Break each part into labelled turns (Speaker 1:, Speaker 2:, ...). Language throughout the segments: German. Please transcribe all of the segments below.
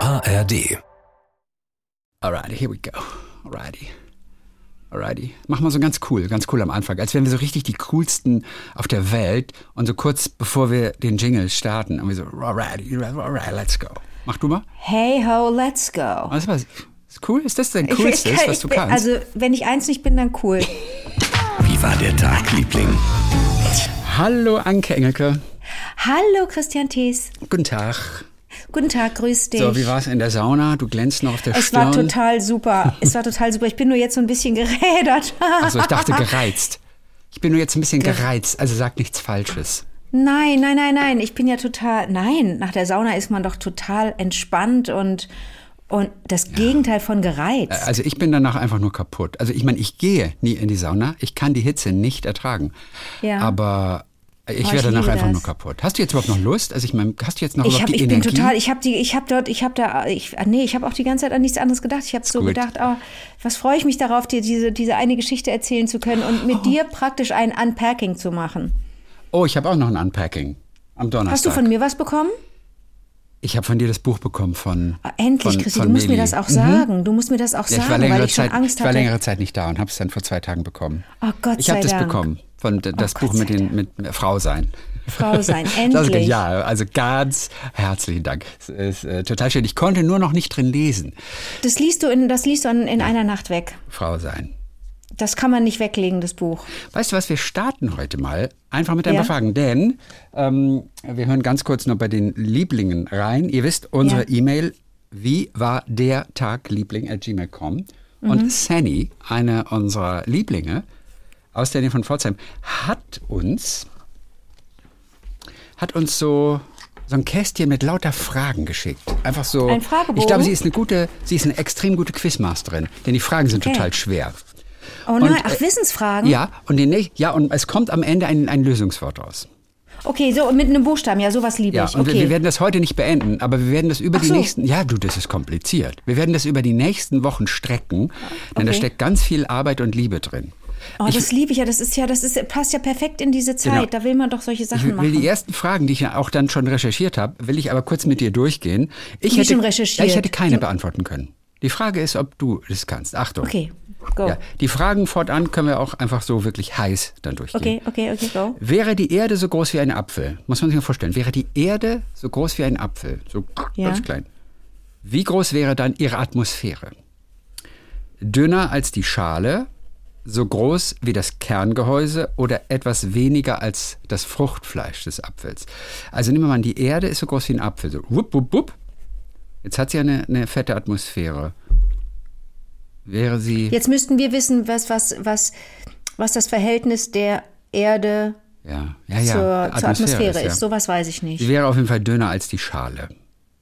Speaker 1: ARD.
Speaker 2: Alrighty, here we go. Alrighty. Alrighty. Machen wir so ganz cool, ganz cool am Anfang. Als wären wir so richtig die coolsten auf der Welt und so kurz bevor wir den Jingle starten. Und wir so, alrighty, alright, let's go. Mach du mal.
Speaker 3: Hey ho, let's go.
Speaker 2: Was was? Ist cool? Ist das dein
Speaker 3: Ich- ich
Speaker 2: coolstes,
Speaker 3: kann-
Speaker 2: was
Speaker 3: ich
Speaker 2: du
Speaker 3: bin,
Speaker 2: kannst?
Speaker 3: Also, wenn ich eins nicht bin, dann cool.
Speaker 1: Wie war der Tag, Liebling?
Speaker 2: Hallo Anke Engelke.
Speaker 3: Hallo, Christian Thees.
Speaker 2: Guten Tag.
Speaker 3: Guten Tag, grüß dich.
Speaker 2: So, wie war's in der Sauna? Du glänzt noch auf der
Speaker 3: es war
Speaker 2: Stirn.
Speaker 3: total super. Es war total super. Ich bin nur jetzt so ein bisschen gerädert.
Speaker 2: also ich dachte gereizt. Ich bin nur jetzt ein bisschen gereizt, also sag nichts Falsches.
Speaker 3: Nein, nein, nein, nein. Ich bin ja total. Nein, nach der Sauna ist man doch total entspannt und, und das Gegenteil von gereizt.
Speaker 2: Also ich bin danach einfach nur kaputt. Also ich meine, ich gehe nie in die Sauna. Ich kann die Hitze nicht ertragen.
Speaker 3: Ja.
Speaker 2: Aber ich
Speaker 3: Oh,
Speaker 2: werde
Speaker 3: ich
Speaker 2: danach
Speaker 3: liebe
Speaker 2: einfach
Speaker 3: das.
Speaker 2: nur kaputt. Hast du jetzt überhaupt noch Lust? Also ich meine, hast du jetzt noch
Speaker 3: Ich,
Speaker 2: überhaupt
Speaker 3: hab,
Speaker 2: die
Speaker 3: ich bin
Speaker 2: Energie?
Speaker 3: total, ich habe die, ich habe dort, ich habe da, ich, ah, nee, ich habe auch die ganze Zeit an nichts anderes gedacht. Ich habe so
Speaker 2: gut.
Speaker 3: gedacht, oh, was freue ich mich darauf, dir diese, diese eine Geschichte erzählen zu können und mit dir praktisch ein Unpacking zu machen.
Speaker 2: oh, ich habe auch noch ein Unpacking am Donnerstag.
Speaker 3: Hast du von mir was bekommen?
Speaker 2: Ich habe von dir das Buch bekommen von
Speaker 3: Ah, Endlich,
Speaker 2: von,
Speaker 3: Christi,
Speaker 2: von
Speaker 3: du musst mir
Speaker 2: Meli. Mhm.
Speaker 3: das auch sagen. Du musst mir das auch
Speaker 2: Ja, ich war
Speaker 3: sagen,
Speaker 2: längere
Speaker 3: weil ich schon
Speaker 2: Zeit,
Speaker 3: Angst
Speaker 2: ich war
Speaker 3: hatte.
Speaker 2: längere Zeit nicht da und habe es dann vor zwei Tagen bekommen.
Speaker 3: Oh, Gott
Speaker 2: ich habe
Speaker 3: sei
Speaker 2: das
Speaker 3: Dank. Oh,
Speaker 2: bekommen von d- das
Speaker 3: Gott
Speaker 2: Buch mit
Speaker 3: sei
Speaker 2: den mit Frau sein.
Speaker 3: Frau sein,
Speaker 2: Das ist
Speaker 3: endlich.
Speaker 2: genial. Also ganz herzlichen Dank. Es ist äh, total schön. Ich konnte nur noch nicht drin lesen.
Speaker 3: Das liest du in, das liest du in, in einer Nacht weg.
Speaker 2: Frau sein.
Speaker 3: Das kann man nicht weglegen, das Buch.
Speaker 2: Weißt du was, wir starten heute mal einfach mit ein
Speaker 3: Ja.
Speaker 2: paar Fragen, denn ähm, wir hören ganz kurz noch bei den Lieblingen rein. Ihr wisst, unsere
Speaker 3: Ja.
Speaker 2: E-Mail, wie war der Tag Liebling at gmail.com.
Speaker 3: Mhm.
Speaker 2: Und Sanny, eine unserer Lieblinge aus der Nähe von Pforzheim, hat uns, hat uns so, so ein Kästchen mit lauter Fragen geschickt. Einfach so.
Speaker 3: Ein Fragebogen?
Speaker 2: Ich glaube, sie ist eine gute, sie ist eine extrem gute Quizmasterin, denn die Fragen sind
Speaker 3: Okay.
Speaker 2: total schwer.
Speaker 3: Oh nein,
Speaker 2: Und, äh,
Speaker 3: ach, Wissensfragen?
Speaker 2: Ja, und den, näch- ja, und es kommt am Ende ein, ein Lösungswort raus.
Speaker 3: Okay, so mit einem Buchstaben, ja, sowas liebe
Speaker 2: Ja,
Speaker 3: ich.
Speaker 2: und
Speaker 3: Okay.
Speaker 2: wir, wir werden das heute nicht beenden, aber wir werden das über
Speaker 3: Ach
Speaker 2: die
Speaker 3: so.
Speaker 2: nächsten, ja, du, das ist kompliziert. Wir werden das über die nächsten Wochen strecken, denn da
Speaker 3: Okay.
Speaker 2: steckt ganz viel Arbeit und Liebe drin.
Speaker 3: Oh,
Speaker 2: Ich-
Speaker 3: das liebe ich ja. Das ist ja, das ist, passt ja perfekt in diese Zeit.
Speaker 2: Genau.
Speaker 3: Da will man doch solche
Speaker 2: Ich
Speaker 3: Sachen
Speaker 2: will
Speaker 3: machen.
Speaker 2: die ersten Fragen, die ich ja auch dann schon recherchiert habe, will ich aber kurz mit dir durchgehen. Ich
Speaker 3: Wie
Speaker 2: hätte,
Speaker 3: schon recherchiert?
Speaker 2: Ja, ich hätte keine beantworten können. Die Frage ist, ob du das kannst. Achtung.
Speaker 3: okay, go.
Speaker 2: Ja, die Fragen fortan können wir auch einfach so wirklich heiß dann durchgehen.
Speaker 3: Okay, okay, okay, go.
Speaker 2: Wäre die Erde so groß wie ein Apfel, muss man sich mal vorstellen, wäre die Erde so groß wie ein Apfel, so
Speaker 3: Ja.
Speaker 2: ganz klein, wie groß wäre dann ihre Atmosphäre? Dünner als die Schale, so groß wie das Kerngehäuse oder etwas weniger als das Fruchtfleisch des Apfels. Also nehmen wir mal an, die Erde ist so groß wie ein Apfel. So, wupp, wupp, wupp. Jetzt hat sie eine, eine fette Atmosphäre. Wäre sie.
Speaker 3: Jetzt müssten wir wissen, was, was, was, was das Verhältnis der Erde
Speaker 2: Ja, ja, ja.
Speaker 3: zur, zur Atmosphäre
Speaker 2: ja.
Speaker 3: ist. Sowas weiß ich
Speaker 2: Sie
Speaker 3: nicht.
Speaker 2: wäre auf jeden Fall dünner als die Schale.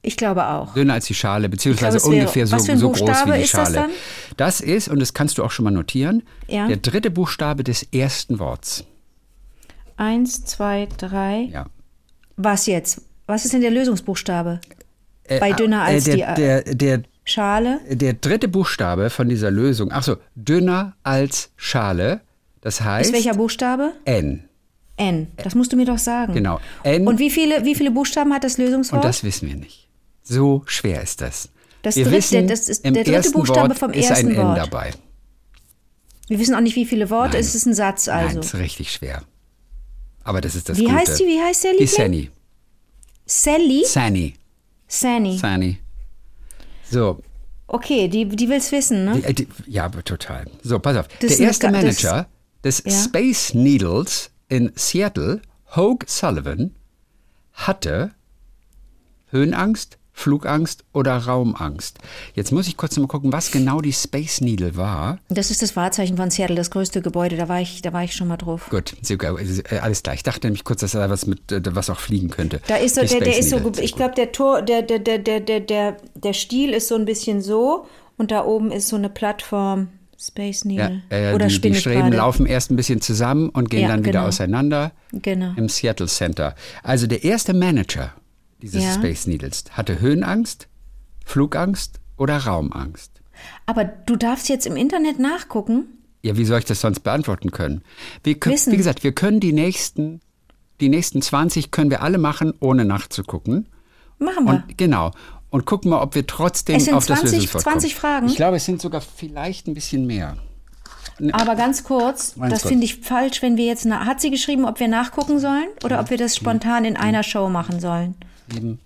Speaker 3: Ich glaube auch.
Speaker 2: dünner als die Schale, beziehungsweise
Speaker 3: Ich glaube, es wäre-
Speaker 2: ungefähr so,
Speaker 3: was für ein
Speaker 2: so groß
Speaker 3: Buchstabe
Speaker 2: wie die
Speaker 3: ist das
Speaker 2: Schale.
Speaker 3: dann?
Speaker 2: Das ist, und das kannst du auch schon mal notieren,
Speaker 3: Ja.
Speaker 2: der dritte Buchstabe des ersten Worts.
Speaker 3: Eins, zwei, drei.
Speaker 2: Ja.
Speaker 3: Was jetzt? Was ist denn der Lösungsbuchstabe?
Speaker 2: Äh,
Speaker 3: Bei dünner als
Speaker 2: äh,
Speaker 3: die
Speaker 2: der,
Speaker 3: äh,
Speaker 2: der, der,
Speaker 3: Schale?
Speaker 2: der dritte Buchstabe von dieser Lösung, achso, dünner als Schale, das
Speaker 3: Ist
Speaker 2: heißt
Speaker 3: welcher Buchstabe?
Speaker 2: N.
Speaker 3: N. Das musst du mir doch sagen.
Speaker 2: Genau. N.
Speaker 3: Und wie viele, wie viele Buchstaben hat das Lösungswort?
Speaker 2: Und das wissen wir nicht. So schwer ist das.
Speaker 3: Das
Speaker 2: wir
Speaker 3: dritte-
Speaker 2: wissen,
Speaker 3: das ist-
Speaker 2: im
Speaker 3: der dritte
Speaker 2: ersten
Speaker 3: Buchstabe
Speaker 2: Wort
Speaker 3: vom
Speaker 2: ist
Speaker 3: ersten
Speaker 2: ein N
Speaker 3: Wort.
Speaker 2: dabei.
Speaker 3: wir wissen auch nicht, wie viele Worte.
Speaker 2: Nein.
Speaker 3: Es ist ein Satz
Speaker 2: Nein,
Speaker 3: also.
Speaker 2: das ist richtig schwer. Aber das ist das
Speaker 3: Wie
Speaker 2: Gute.
Speaker 3: heißt die- wie heißt der
Speaker 2: Die
Speaker 3: Liebling?
Speaker 2: Sani.
Speaker 3: Sally?
Speaker 2: Sani.
Speaker 3: Sani.
Speaker 2: Sani. So,
Speaker 3: Okay, die, die will's wissen, ne?
Speaker 2: die, äh, die, ja, aber total. So, pass auf.
Speaker 3: Das
Speaker 2: der
Speaker 3: ist eine
Speaker 2: erste
Speaker 3: ga- das-
Speaker 2: Manager des
Speaker 3: Ja.
Speaker 2: Space Needles in Seattle, Hogue Sullivan, hatte Höhenangst, Flugangst oder Raumangst. Jetzt muss ich kurz noch mal gucken, was genau die Space Needle war.
Speaker 3: Das ist das Wahrzeichen von Seattle, das größte Gebäude. Da war ich, da war ich schon mal drauf.
Speaker 2: Gut, sehr gut, äh, alles klar. Ich dachte nämlich kurz, dass da was mit, äh, was auch fliegen könnte.
Speaker 3: Da ist so,
Speaker 2: Die
Speaker 3: der, der
Speaker 2: Space
Speaker 3: ist so,
Speaker 2: Needle.
Speaker 3: ge- ich glaube, der Tor, der, der, der, der, der, der, der Stiel ist so ein bisschen so und da oben ist so eine Plattform. Space
Speaker 2: Ja,
Speaker 3: Needle.
Speaker 2: äh,
Speaker 3: Oder
Speaker 2: die,
Speaker 3: spinne
Speaker 2: die
Speaker 3: ich
Speaker 2: Streben
Speaker 3: gerade?
Speaker 2: laufen erst ein bisschen zusammen und gehen
Speaker 3: Ja,
Speaker 2: dann wieder
Speaker 3: genau.
Speaker 2: auseinander
Speaker 3: Genau.
Speaker 2: im Seattle Center. Also der erste Manager dieses
Speaker 3: Ja.
Speaker 2: Space Needles hatte Höhenangst, Flugangst oder Raumangst.
Speaker 3: Aber du darfst jetzt im Internet nachgucken.
Speaker 2: Ja, wie soll ich das sonst beantworten können? Wir können
Speaker 3: Wissen.
Speaker 2: wie gesagt, wir können die nächsten, die nächsten 20 können wir alle machen, ohne nachzugucken.
Speaker 3: Machen wir.
Speaker 2: Und genau. und gucken mal, ob wir trotzdem
Speaker 3: Es sind
Speaker 2: auf das
Speaker 3: 20
Speaker 2: Lösungswort
Speaker 3: 20
Speaker 2: kommen.
Speaker 3: Fragen?
Speaker 2: Ich glaube, es sind sogar vielleicht ein bisschen mehr.
Speaker 3: Aber ganz kurz,
Speaker 2: ne- Ganz
Speaker 3: das
Speaker 2: kurz.
Speaker 3: finde ich falsch, wenn wir jetzt. Na hat sie geschrieben, ob wir nachgucken sollen
Speaker 2: Mhm.
Speaker 3: oder ob wir das spontan in einer Show machen sollen?
Speaker 2: 7,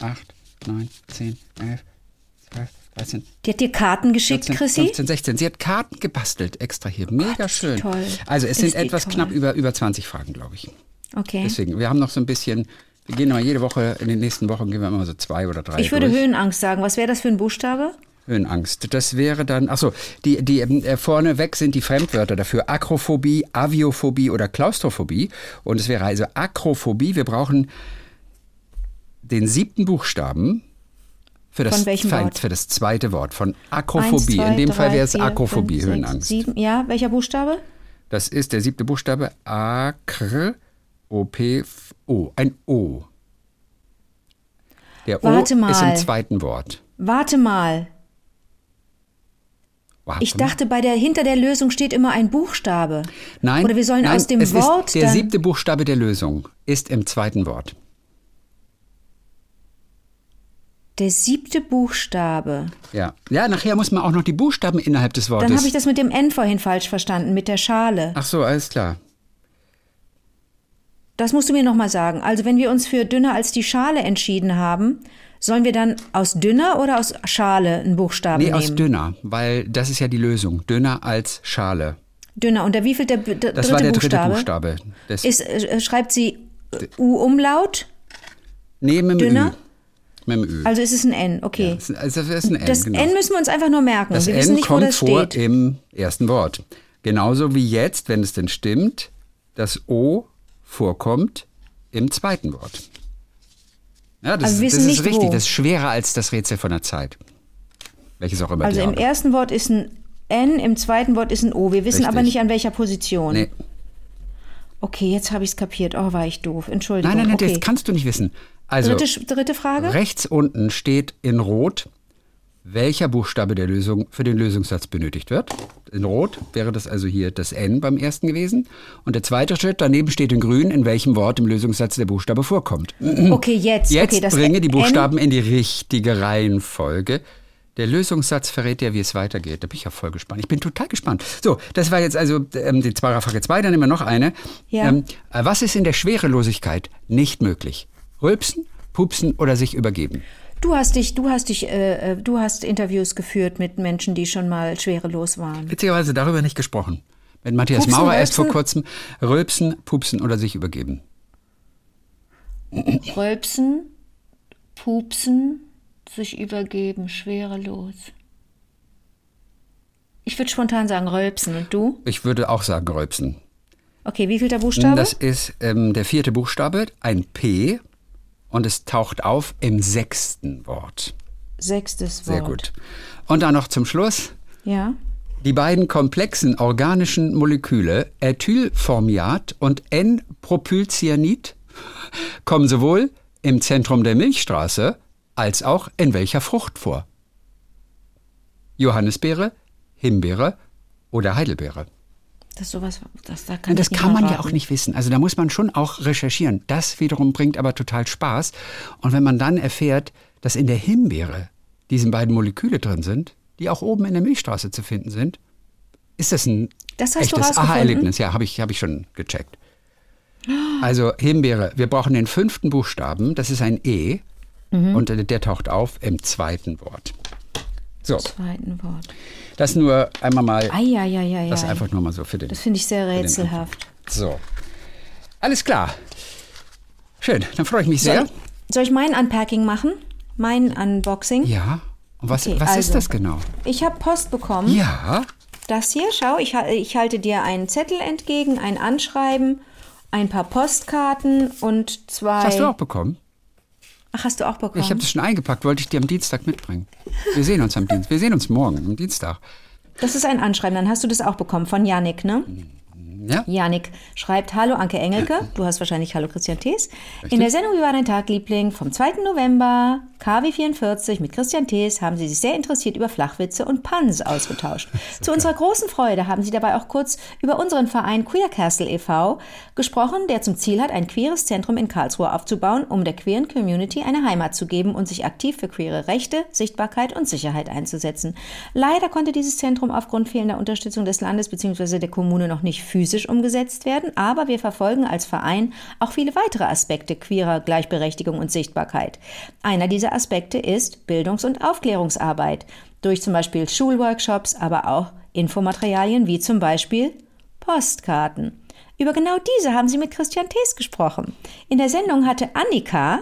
Speaker 2: 8, 9, 10, 11, 12, 13,
Speaker 3: Die hat dir Karten geschickt,
Speaker 2: 14,
Speaker 3: Chrissy?
Speaker 2: 15, 16. Sie hat Karten gebastelt extra hier. Mega
Speaker 3: ist die
Speaker 2: schön.
Speaker 3: toll.
Speaker 2: Also es
Speaker 3: Ist
Speaker 2: sind
Speaker 3: die
Speaker 2: etwas
Speaker 3: toll.
Speaker 2: knapp über, über 20 Fragen, glaube ich.
Speaker 3: Okay.
Speaker 2: Deswegen, wir haben noch so ein bisschen, wir gehen mal jede Woche, in den nächsten Wochen gehen wir immer so zwei oder drei
Speaker 3: Ich würde
Speaker 2: durch.
Speaker 3: Höhenangst sagen. Was wäre das für ein Buchstabe?
Speaker 2: Höhenangst. Das wäre dann, achso, die, die ähm, äh, vorne weg sind die Fremdwörter dafür. Akrophobie, Aviophobie oder Klaustrophobie. Und es wäre also Akrophobie. Wir brauchen den siebten Buchstaben für das,
Speaker 3: Von welchem
Speaker 2: für,
Speaker 3: Wort?
Speaker 2: für das zweite Wort von Akrophobie.
Speaker 3: Eins, zwei,
Speaker 2: In dem Fall
Speaker 3: drei,
Speaker 2: wäre es
Speaker 3: vier,
Speaker 2: Akrophobie,
Speaker 3: fünf, sechs,
Speaker 2: Höhenangst.
Speaker 3: Sieben. Ja, welcher Buchstabe?
Speaker 2: Das ist der siebte Buchstabe A, Kr, O, P, F, O. Ein O. Der
Speaker 3: Warte
Speaker 2: O
Speaker 3: mal.
Speaker 2: ist im zweiten Wort.
Speaker 3: Warte mal.
Speaker 2: Warte
Speaker 3: Ich
Speaker 2: mal.
Speaker 3: dachte, bei der, hinter der Lösung steht immer ein Buchstabe.
Speaker 2: Nein,
Speaker 3: Oder wir sollen
Speaker 2: nein,
Speaker 3: aus dem
Speaker 2: es
Speaker 3: Wort
Speaker 2: Ist der
Speaker 3: dann-
Speaker 2: siebte Buchstabe der Lösung ist im zweiten Wort.
Speaker 3: Der siebte Buchstabe.
Speaker 2: Ja. ja, nachher muss man auch noch die Buchstaben innerhalb des Wortes.
Speaker 3: Dann habe ich das mit dem N vorhin falsch verstanden, mit der Schale.
Speaker 2: Ach so, alles klar.
Speaker 3: Das musst du mir nochmal sagen. Also, wenn wir uns für dünner als die Schale entschieden haben, sollen wir dann aus dünner oder aus Schale einen Buchstaben
Speaker 2: Nee, aus
Speaker 3: nehmen?
Speaker 2: dünner, weil das ist ja die Lösung. Dünner als Schale.
Speaker 3: dünner. Und der wieviel der, der
Speaker 2: Das
Speaker 3: dritte
Speaker 2: war der
Speaker 3: Buchstabe?
Speaker 2: dritte Buchstabe. Das
Speaker 3: Ist, äh, äh, schreibt sie äh, U-Umlaut?
Speaker 2: nee, mit dem Ü.
Speaker 3: dünner?
Speaker 2: Mit dem Ü.
Speaker 3: Also ist es ein N, okay.
Speaker 2: Das ist- also das ist ein N,
Speaker 3: das
Speaker 2: genau.
Speaker 3: N müssen wir uns einfach nur merken.
Speaker 2: das
Speaker 3: wir
Speaker 2: N
Speaker 3: wissen nicht,
Speaker 2: kommt
Speaker 3: wo das
Speaker 2: vor E
Speaker 3: steht.
Speaker 2: im ersten Wort. Genauso wie jetzt, wenn es denn stimmt, das O vorkommt im zweiten Wort. Ja, das,
Speaker 3: Aber wir
Speaker 2: ist- das
Speaker 3: wissen
Speaker 2: ist
Speaker 3: nicht,
Speaker 2: richtig.
Speaker 3: wo.
Speaker 2: Das ist schwerer als das Rätsel von der Zeit. Welches auch immer
Speaker 3: Also
Speaker 2: die
Speaker 3: im
Speaker 2: Orte-
Speaker 3: ersten Wort ist ein N, im zweiten Wort ist ein O. Wir wissen
Speaker 2: Richtig.
Speaker 3: aber nicht, an welcher Position.
Speaker 2: Nee.
Speaker 3: Okay, jetzt habe ich es kapiert. Oh, war ich doof. Entschuldigung.
Speaker 2: Nein, nein, nein,
Speaker 3: okay.
Speaker 2: das kannst du nicht wissen. Also
Speaker 3: dritte, Sch- dritte Frage?
Speaker 2: rechts unten steht in Rot, welcher Buchstabe der Lösung für den Lösungssatz benötigt wird. In Rot wäre das also hier das N beim ersten gewesen. Und der zweite Schritt, daneben steht in Grün, in welchem Wort im Lösungssatz der Buchstabe vorkommt.
Speaker 3: Okay, jetzt.
Speaker 2: hm. Jetzt
Speaker 3: okay, das
Speaker 2: bringe die
Speaker 3: N-
Speaker 2: Buchstaben in die richtige Reihenfolge. Der Lösungssatz verrät ja, wie es weitergeht. Da bin ich ja voll gespannt. Ich bin total gespannt. So, das war jetzt also ähm, die Zweierfrage 2, dann nehmen wir noch eine.
Speaker 3: Ja.
Speaker 2: Ähm, äh, was ist in der Schwerelosigkeit nicht möglich? Rülpsen, pupsen oder sich übergeben?
Speaker 3: Du hast dich, du hast dich, äh, äh, du hast Interviews geführt mit Menschen, die schon mal schwerelos waren.
Speaker 2: Witzigerweise darüber nicht gesprochen. Mit Matthias
Speaker 3: Pupsen,
Speaker 2: Maurer erst vor kurzem.
Speaker 3: rülpsen?
Speaker 2: Rülpsen, pupsen oder sich übergeben.
Speaker 4: Rülpsen, pupsen, sich übergeben, schwerelos.
Speaker 3: Ich würde spontan sagen Rölpsen. Und du?
Speaker 2: Ich würde auch sagen rülpsen.
Speaker 3: Okay, wie viel der Buchstabe?
Speaker 2: Das ist ähm, der vierte Buchstabe, ein P. Und es taucht auf im sechsten Wort.
Speaker 3: Sechstes Wort.
Speaker 2: Sehr gut. Und dann noch zum Schluss.
Speaker 3: Ja.
Speaker 2: Die beiden komplexen organischen Moleküle Ethylformiat und N-Propylcyanid kommen sowohl im Zentrum der Milchstraße als auch in welcher Frucht vor? Johannisbeere, Himbeere oder Heidelbeere?
Speaker 3: Das sowas, das, da kann
Speaker 2: Und das
Speaker 3: ich nicht
Speaker 2: kann
Speaker 3: mal
Speaker 2: man ja
Speaker 3: raten.
Speaker 2: auch nicht wissen. Also da muss man schon auch recherchieren. Das wiederum bringt aber total Spaß. Und wenn man dann erfährt, dass in der Himbeere diese beiden Moleküle drin sind, die auch oben in der Milchstraße zu finden sind, ist das ein
Speaker 3: Das hast du
Speaker 2: echtes
Speaker 3: rausgefunden?
Speaker 2: Aha-Erlebnis. Ja, habe ich, hab ich schon gecheckt. Also Himbeere, wir brauchen den fünften Buchstaben, das ist ein E.
Speaker 3: Mhm.
Speaker 2: Und der- der taucht auf im zweiten Wort. So,
Speaker 3: Zweiten Wort.
Speaker 2: das nur einmal mal,
Speaker 3: Eieieiei.
Speaker 2: das einfach nur mal so für den
Speaker 3: Das finde ich sehr
Speaker 2: den
Speaker 3: rätselhaft.
Speaker 2: so. Alles klar. Schön, dann freue ich mich sehr.
Speaker 3: Soll, soll ich mein Unpacking machen? Mein Unboxing?
Speaker 2: Ja. Und was,
Speaker 3: Okay,
Speaker 2: was
Speaker 3: also.
Speaker 2: ist das genau?
Speaker 3: Ich habe Post bekommen.
Speaker 2: Ja.
Speaker 3: Das hier, schau, ich, ha- ich halte dir einen Zettel entgegen, ein Anschreiben, ein paar Postkarten und zwei.
Speaker 2: Das hast du auch bekommen.
Speaker 3: Ach, hast du auch bekommen?
Speaker 2: Ich habe das schon eingepackt, wollte ich dir am Dienstag mitbringen. Wir sehen uns am Dienstag. Wir sehen uns morgen, am Dienstag.
Speaker 3: das ist ein Anschreiben, dann hast du das auch bekommen von Yannick, ne?
Speaker 2: Ja?
Speaker 3: Janik schreibt, hallo Anke Engelke, du hast wahrscheinlich Hallo Christian Thees. In der Sendung Wie war dein Tag, Liebling, vom 2. November, KW44 mit Christian Thees, haben sie sich sehr interessiert über Flachwitze und Puns ausgetauscht. Zu unserer großen Freude haben sie dabei auch kurz über unseren Verein Queer Castle e.V. gesprochen, der zum Ziel hat, ein queeres Zentrum in Karlsruhe aufzubauen, um der queeren Community eine Heimat zu geben und sich aktiv für queere Rechte, Sichtbarkeit und Sicherheit einzusetzen. Leider konnte dieses Zentrum aufgrund fehlender Unterstützung des Landes bzw. der Kommune noch nicht physisch umgesetzt werden, aber wir verfolgen als Verein auch viele weitere Aspekte queerer Gleichberechtigung und Sichtbarkeit. Einer dieser Aspekte ist Bildungs- und Aufklärungsarbeit durch zum Beispiel Schulworkshops, aber auch Infomaterialien wie zum Beispiel Postkarten. Über genau diese haben sie mit Christian Thees gesprochen. In der Sendung hatte Annika,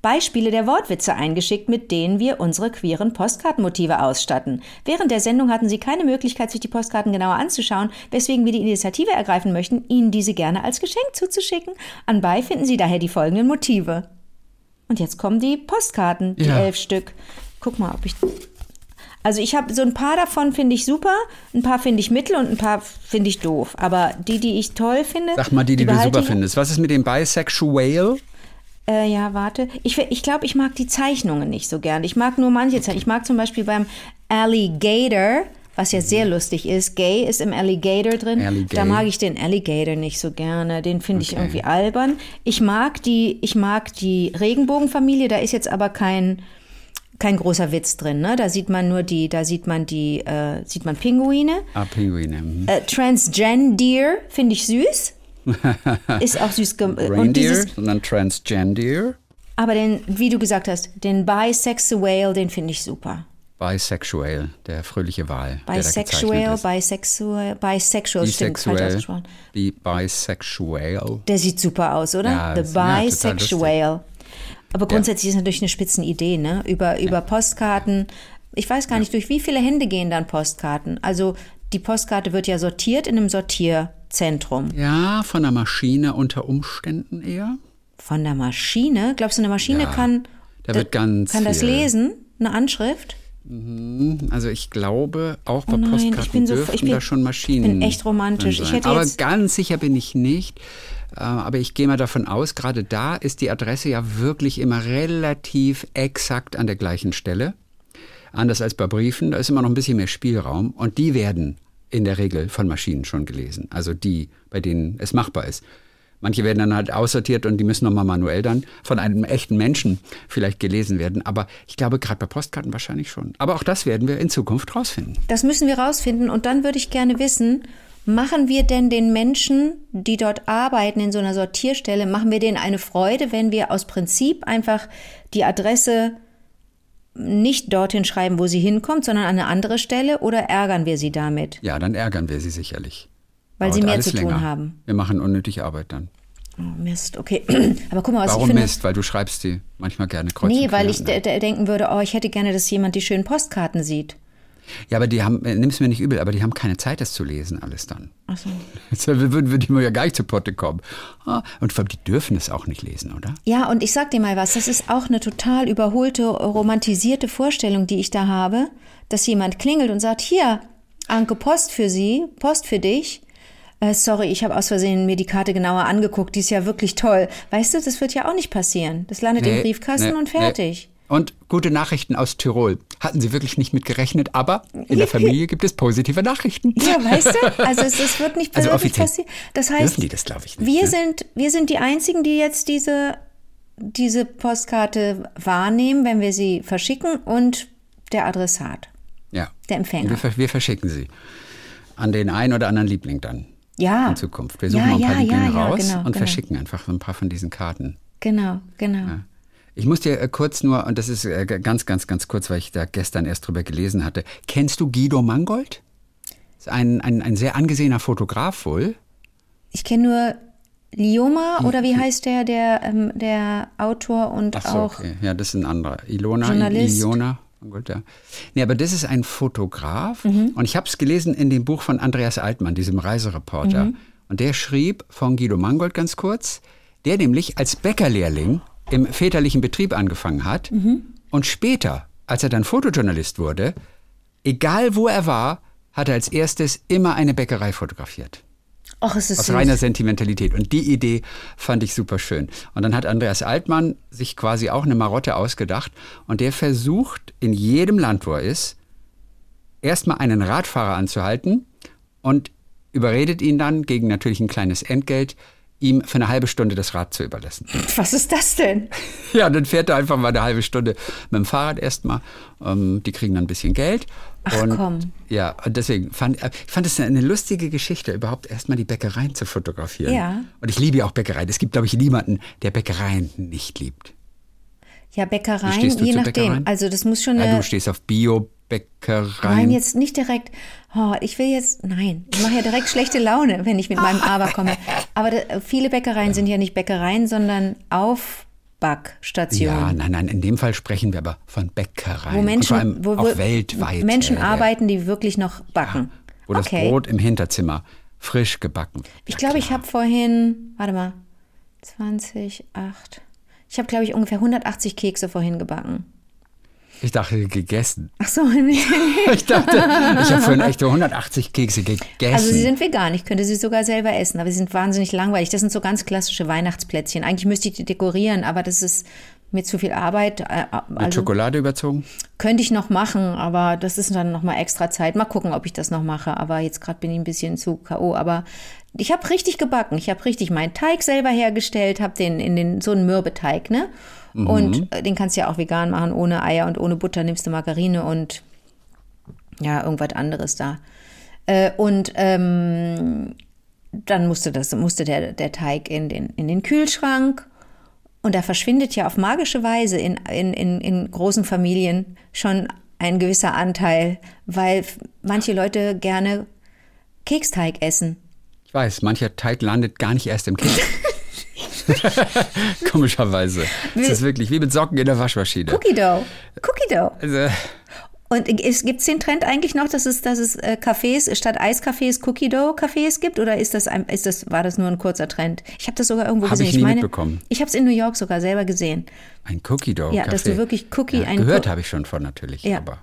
Speaker 3: Beispiele der Wortwitze eingeschickt, mit denen wir unsere queeren Postkartenmotive ausstatten. Während der Sendung hatten Sie keine Möglichkeit, sich die Postkarten genauer anzuschauen, weswegen wir die Initiative ergreifen möchten, Ihnen diese gerne als Geschenk zuzuschicken. Anbei finden Sie daher die folgenden Motive. Und jetzt kommen die Postkarten, die
Speaker 2: Ja.
Speaker 3: elf Stück. Guck mal, ob ich. Also ich habe so ein paar davon finde ich super, ein paar finde ich mittel und ein paar finde ich doof. Aber die, die ich toll finde,
Speaker 2: Sag mal die, die, du
Speaker 3: behalte
Speaker 2: super
Speaker 3: ich-
Speaker 2: findest. Was ist mit dem Bisexual?
Speaker 3: äh, ja, warte. Ich, ich glaube, ich mag die Zeichnungen nicht so gern. Ich mag nur manche Zeichnungen. Ich mag zum Beispiel beim Alligator, was ja sehr lustig ist. Gay ist im Alligator drin.
Speaker 2: Alligator.
Speaker 3: Da mag ich den Alligator nicht so gerne. Den finde ich
Speaker 2: Okay.
Speaker 3: irgendwie albern. Ich mag die, ich mag die Regenbogenfamilie. Da ist jetzt aber kein kein großer Witz drin. Ne? Da sieht man nur die, da sieht man die, äh, sieht man Pinguine.
Speaker 2: Ah, Pinguine. mhm.
Speaker 3: Äh, Transgender finde ich süß. Ist auch süß. gem- äh, Und
Speaker 2: Reindeer,
Speaker 3: dieses
Speaker 2: sondern Transgender.
Speaker 3: aber den, wie du gesagt hast, den Bisexual, den finde ich super.
Speaker 2: Bisexual, der fröhliche Wal. der da
Speaker 3: Bisexual,
Speaker 2: gezeichnet
Speaker 3: bisexual, bisexual,
Speaker 2: ist.
Speaker 3: stimmt, falsch
Speaker 2: Bisexual.
Speaker 3: ausgesprochen.
Speaker 2: Die Bisexual.
Speaker 3: Der sieht super aus, oder?
Speaker 2: Ja,
Speaker 3: The
Speaker 2: das- ja, total
Speaker 3: Bisexual. Aber grundsätzlich ist natürlich eine spitzen Idee, ne? Über, über Postkarten. Ich weiß gar nicht, durch wie viele Hände gehen dann Postkarten? Also die Postkarte wird ja sortiert in einem Sortierzentrum.
Speaker 2: Ja, von der Maschine unter Umständen eher.
Speaker 3: Von der Maschine? Glaubst du, eine Maschine
Speaker 2: Ja,
Speaker 3: kann,
Speaker 2: da wird ganz
Speaker 3: kann das
Speaker 2: viel-
Speaker 3: lesen? Eine Anschrift?
Speaker 2: Also ich glaube, auch bei
Speaker 3: Oh nein,
Speaker 2: Postkarten
Speaker 3: ich bin so-
Speaker 2: dürften
Speaker 3: ich bin-
Speaker 2: da schon Maschinen.
Speaker 3: ich bin echt romantisch.
Speaker 2: drin
Speaker 3: Ich
Speaker 2: sein.
Speaker 3: hätte
Speaker 2: aber
Speaker 3: jetzt-
Speaker 2: ganz sicher bin ich nicht. Äh, Aber ich gehe mal davon aus, gerade da ist die Adresse ja wirklich immer relativ exakt an der gleichen Stelle. Anders als bei Briefen, da ist immer noch ein bisschen mehr Spielraum und die werden in der Regel von Maschinen schon gelesen. Also die, bei denen es machbar ist. Manche werden dann halt aussortiert und die müssen nochmal manuell dann von einem echten Menschen vielleicht gelesen werden. Aber ich glaube, gerade bei Postkarten wahrscheinlich schon. Aber auch das werden wir in Zukunft rausfinden.
Speaker 3: Das müssen wir rausfinden. Und dann würde ich gerne wissen, machen wir denn den Menschen, die dort arbeiten in so einer Sortierstelle, machen wir denen eine Freude, wenn wir aus Prinzip einfach die Adresse nicht dorthin schreiben, wo sie hinkommt, sondern an eine andere Stelle oder ärgern wir sie damit?
Speaker 2: Ja, dann ärgern wir sie sicherlich.
Speaker 3: Weil sie
Speaker 2: Dauert
Speaker 3: mehr
Speaker 2: alles
Speaker 3: zu tun
Speaker 2: länger.
Speaker 3: haben.
Speaker 2: Wir machen unnötig Arbeit dann.
Speaker 3: Oh, Mist, okay. Aber guck mal, was Also ich
Speaker 2: Warum
Speaker 3: finde.
Speaker 2: Mist? Weil du schreibst sie manchmal gerne kreuz
Speaker 3: Nee,
Speaker 2: und
Speaker 3: weil
Speaker 2: quer,
Speaker 3: ich
Speaker 2: ne?
Speaker 3: de- de- denken würde, oh, ich hätte gerne, dass jemand die schönen Postkarten sieht.
Speaker 2: Ja, aber die haben, äh, nimm's mir nicht übel, aber die haben keine Zeit, das zu lesen, alles dann.
Speaker 3: Ach so.
Speaker 2: Jetzt würden wir die mal ja gar nicht zu Potte kommen. Ah, Und vor allem, die dürfen es auch nicht lesen, oder?
Speaker 3: Ja, und ich sag dir mal was, das ist auch eine total überholte, romantisierte Vorstellung, die ich da habe, dass jemand klingelt und sagt, hier, Anke, Post für Sie, Post für dich. Äh, sorry, ich habe aus Versehen mir die Karte genauer angeguckt, die ist ja wirklich toll. Weißt du, das wird ja auch nicht passieren. Das landet im
Speaker 2: Nee,
Speaker 3: Briefkasten
Speaker 2: nee,
Speaker 3: und fertig.
Speaker 2: Nee. Und gute Nachrichten aus Tirol. Hatten sie wirklich nicht mit gerechnet, aber in der Familie gibt es positive Nachrichten.
Speaker 3: Ja, weißt du? Also es, es wird nicht
Speaker 2: Also
Speaker 3: wirklich
Speaker 2: offiziell
Speaker 3: passieren. Das heißt,
Speaker 2: dürfen die das, glaub ich, nicht,
Speaker 3: wir
Speaker 2: ne?
Speaker 3: sind wir sind die einzigen, die jetzt diese diese Postkarte wahrnehmen, wenn wir sie verschicken und der Adressat.
Speaker 2: Ja.
Speaker 3: Der Empfänger.
Speaker 2: Und Wir, ver- wir verschicken sie an den einen oder anderen Liebling dann
Speaker 3: Ja.
Speaker 2: in Zukunft. Wir suchen
Speaker 3: ja,
Speaker 2: mal ein paar
Speaker 3: ja,
Speaker 2: Lieblinge
Speaker 3: ja, ja,
Speaker 2: raus
Speaker 3: genau,
Speaker 2: und
Speaker 3: genau.
Speaker 2: verschicken einfach so ein paar von diesen Karten.
Speaker 3: Genau, genau.
Speaker 2: Ich muss dir äh, kurz nur, und das ist äh, g- ganz, ganz, ganz kurz, weil ich da gestern erst drüber gelesen hatte. Kennst du Guido Mangold? Ist ein, ein, ein sehr angesehener Fotograf wohl.
Speaker 3: Ich kenne nur Lioma oder wie heißt der, der, ähm, der Autor und
Speaker 2: Hm, Ach so,
Speaker 3: auch.
Speaker 2: okay. Ja, das ist ein anderer. Ilona.
Speaker 3: Journalist.
Speaker 2: Ilona. Gut, ja. Nee, aber das ist ein Fotograf.
Speaker 3: Mhm.
Speaker 2: Und ich habe es gelesen in dem Buch von Andreas Altmann, diesem Reisereporter.
Speaker 3: Mhm.
Speaker 2: Und der schrieb von Guido Mangold ganz kurz, der nämlich als Bäckerlehrling im väterlichen Betrieb angefangen hat
Speaker 3: Mhm.
Speaker 2: und später, als er dann Fotojournalist wurde, egal wo er war, hat er als erstes immer eine Bäckerei fotografiert.
Speaker 3: Ach, es ist
Speaker 2: aus
Speaker 3: süß.
Speaker 2: reiner Sentimentalität. Und die Idee fand ich super schön. Und dann hat Andreas Altmann sich quasi auch eine Marotte ausgedacht. Und der versucht in jedem Land, wo er ist, erstmal einen Radfahrer anzuhalten und überredet ihn dann gegen natürlich ein kleines Entgelt, ihm für eine halbe Stunde das Rad zu überlassen.
Speaker 3: Was ist das denn?
Speaker 2: Ja, dann fährt er einfach mal eine halbe Stunde mit dem Fahrrad erstmal. Ähm, die kriegen dann ein bisschen Geld.
Speaker 3: Ach,
Speaker 2: und,
Speaker 3: komm.
Speaker 2: Ja, und deswegen fand äh, ich fand es eine lustige Geschichte, überhaupt erstmal die Bäckereien zu fotografieren.
Speaker 3: Ja.
Speaker 2: Und ich liebe ja auch Bäckereien. Es gibt, glaube ich, niemanden, der Bäckereien nicht liebt.
Speaker 3: Ja,
Speaker 2: Wie
Speaker 3: Bäckereien,
Speaker 2: stehst du
Speaker 3: je
Speaker 2: zu
Speaker 3: nachdem.
Speaker 2: Bäckereien?
Speaker 3: Also das muss schon
Speaker 2: Ja,
Speaker 3: eine.
Speaker 2: du stehst auf Bio-Bäckereien.
Speaker 3: Nein, jetzt nicht direkt. Oh, ich will jetzt. Nein, ich mache ja direkt schlechte Laune, wenn ich mit meinem Aber komme. Aber da, viele Bäckereien sind ja nicht Bäckereien, sondern
Speaker 2: ja,
Speaker 3: Aufbackstationen.
Speaker 2: nein, nein, in dem Fall sprechen wir aber von Bäckereien.
Speaker 3: wo
Speaker 2: und vor allem
Speaker 3: Menschen, wo,
Speaker 2: auch
Speaker 3: wo
Speaker 2: weltweit.
Speaker 3: Menschen
Speaker 2: äh,
Speaker 3: arbeiten, die wirklich noch backen.
Speaker 2: Wo das
Speaker 3: okay.
Speaker 2: Brot im Hinterzimmer frisch gebacken.
Speaker 3: Ich glaube, ich habe vorhin, warte mal, 20, 8. Ich habe, glaube ich, ungefähr 180 Kekse vorhin gebacken.
Speaker 2: Ich dachte, gegessen.
Speaker 3: Ach so, also nee.
Speaker 2: Ich dachte, ich habe vorhin echt so 180 Kekse gegessen.
Speaker 3: also sie sind vegan. Ich könnte sie sogar selber essen, aber sie sind wahnsinnig langweilig. Das sind so ganz klassische Weihnachtsplätzchen. Eigentlich müsste ich die dekorieren, aber das ist mir zu viel Arbeit. Äh,
Speaker 2: mit
Speaker 3: Also
Speaker 2: Schokolade überzogen?
Speaker 3: könnte ich noch machen, aber das ist dann noch mal extra Zeit. Mal gucken, ob ich das noch mache. Aber jetzt gerade bin ich ein bisschen zu KO. Aber ich habe richtig gebacken. Ich habe richtig meinen Teig selber hergestellt, habe den in den so einen Mürbeteig, ne? Und äh, den kannst du ja auch vegan machen, ohne Eier und ohne Butter. Nimmst du Margarine und ja, irgendwas anderes da. Äh, und ähm, dann musste, das, musste der, der Teig in den, in den Kühlschrank. Und da verschwindet ja auf magische Weise in, in, in, in großen Familien schon ein gewisser Anteil, weil f- manche Leute gerne Keksteig essen.
Speaker 2: Ich weiß, mancher Teig landet gar nicht erst im Kind. Komischerweise. Es ist wirklich wie mit Socken in der Waschmaschine.
Speaker 3: Cookie Dough. Cookie Dough.
Speaker 2: Also,
Speaker 3: Und es gibt den Trend eigentlich noch, dass es, dass es äh, Cafés statt Eiscafés Cookie Dough Cafés gibt? Oder ist das, ein, ist das, war das nur ein kurzer Trend? Ich habe das sogar irgendwo
Speaker 2: Hab
Speaker 3: gesehen.
Speaker 2: ich nie mitbekommen.
Speaker 3: Ich habe es in New York sogar selber gesehen.
Speaker 2: ein Cookie Dough.
Speaker 3: Ja, dass
Speaker 2: Café.
Speaker 3: du wirklich Cookie-
Speaker 2: ja,
Speaker 3: ein
Speaker 2: Gehört
Speaker 3: Cook-
Speaker 2: habe ich schon von natürlich.
Speaker 3: Ja.
Speaker 2: Aber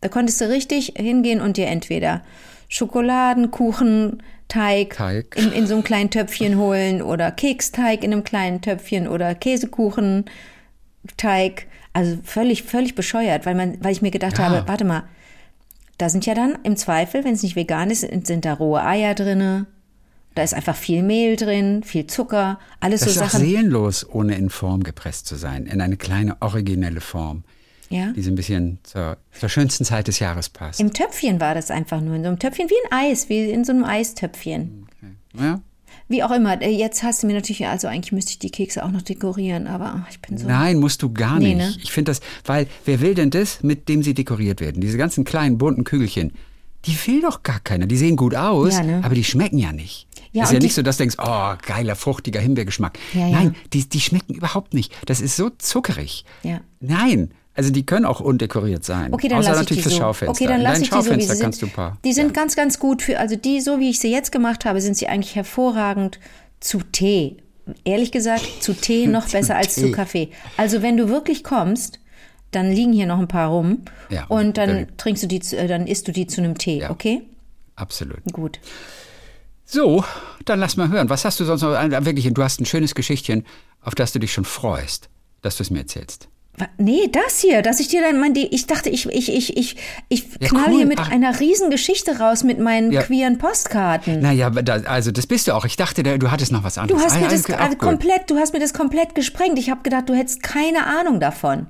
Speaker 3: Da konntest du richtig hingehen und dir entweder Schokoladenkuchen, Teig,
Speaker 2: Teig.
Speaker 3: In, in so einem kleinen Töpfchen holen oder Keksteig in einem kleinen Töpfchen oder Käsekuchen, Teig. Also völlig, völlig bescheuert, weil, man, weil ich mir gedacht
Speaker 2: Ja.
Speaker 3: habe, warte mal, da sind ja dann im Zweifel, wenn es nicht vegan ist, sind, sind da rohe Eier drinne. Da ist einfach viel Mehl drin, viel Zucker, alles
Speaker 2: das
Speaker 3: so
Speaker 2: ist auch
Speaker 3: Sachen.
Speaker 2: seelenlos, ohne in Form gepresst zu sein. In eine kleine, originelle Form,
Speaker 3: ja?
Speaker 2: die so ein bisschen zur, zur schönsten Zeit des Jahres passt.
Speaker 3: Im Töpfchen war das einfach nur, in so einem Töpfchen wie ein Eis, wie in so einem Eistöpfchen.
Speaker 2: Ja?
Speaker 3: Wie auch immer, äh, jetzt hast du mir natürlich, also eigentlich müsste ich die Kekse auch noch dekorieren, aber ach, ich bin so.
Speaker 2: Nein, musst du gar nicht.
Speaker 3: Nee, ne?
Speaker 2: Ich finde das, weil wer will denn das, mit dem sie dekoriert werden? Diese ganzen kleinen bunten Kügelchen, die will doch gar keiner. Die sehen gut aus,
Speaker 3: Ja, ne?
Speaker 2: aber die schmecken ja nicht.
Speaker 3: Ja,
Speaker 2: ist ja
Speaker 3: und
Speaker 2: nicht
Speaker 3: die-
Speaker 2: so, dass du denkst, oh, geiler, fruchtiger Himbeergeschmack.
Speaker 3: Ja, ja.
Speaker 2: Nein, die, die schmecken überhaupt nicht. Das ist so zuckerig.
Speaker 3: Ja.
Speaker 2: Nein, also die können auch undekoriert sein.
Speaker 3: Okay, dann
Speaker 2: Außer
Speaker 3: lasse ich die
Speaker 2: natürlich fürs
Speaker 3: so.
Speaker 2: Schaufenster.
Speaker 3: Okay, dann
Speaker 2: In
Speaker 3: lasse
Speaker 2: dein
Speaker 3: ich die so, wie
Speaker 2: Schaufenster
Speaker 3: sie sind.
Speaker 2: kannst du ein paar.
Speaker 3: Die sind ganz, ganz gut für, also die, so wie ich sie jetzt gemacht habe, sind sie eigentlich hervorragend zu Tee. Ehrlich gesagt, zu Tee noch besser als zu
Speaker 2: Tee.
Speaker 3: Kaffee. Also wenn du wirklich kommst, dann liegen hier noch ein paar rum
Speaker 2: Ja,
Speaker 3: und dann
Speaker 2: dann-
Speaker 3: trinkst du die, zu- äh, dann isst du die zu einem Tee,
Speaker 2: Ja.
Speaker 3: okay?
Speaker 2: Absolut.
Speaker 3: Gut.
Speaker 2: So, dann lass mal hören. Was hast du sonst noch? Wirklich, du hast ein schönes Geschichtchen, auf das du dich schon freust, dass du es mir erzählst.
Speaker 3: Wa- Nee, das hier, dass ich dir dann mein, die, ich dachte, ich, ich, ich, ich, ich
Speaker 2: Ja,
Speaker 3: knall
Speaker 2: cool.
Speaker 3: hier mit
Speaker 2: Ach.
Speaker 3: einer Riesengeschichte raus mit meinen
Speaker 2: Ja.
Speaker 3: queeren Postkarten.
Speaker 2: Naja, aber da, also das bist du auch. Ich dachte, da- du hattest noch was
Speaker 3: Du
Speaker 2: anderes.
Speaker 3: hast
Speaker 2: Ah,
Speaker 3: mir
Speaker 2: ja,
Speaker 3: das
Speaker 2: okay, auch
Speaker 3: also
Speaker 2: gut.
Speaker 3: komplett, du hast mir das komplett gesprengt. Ich habe gedacht, du hättest keine Ahnung davon.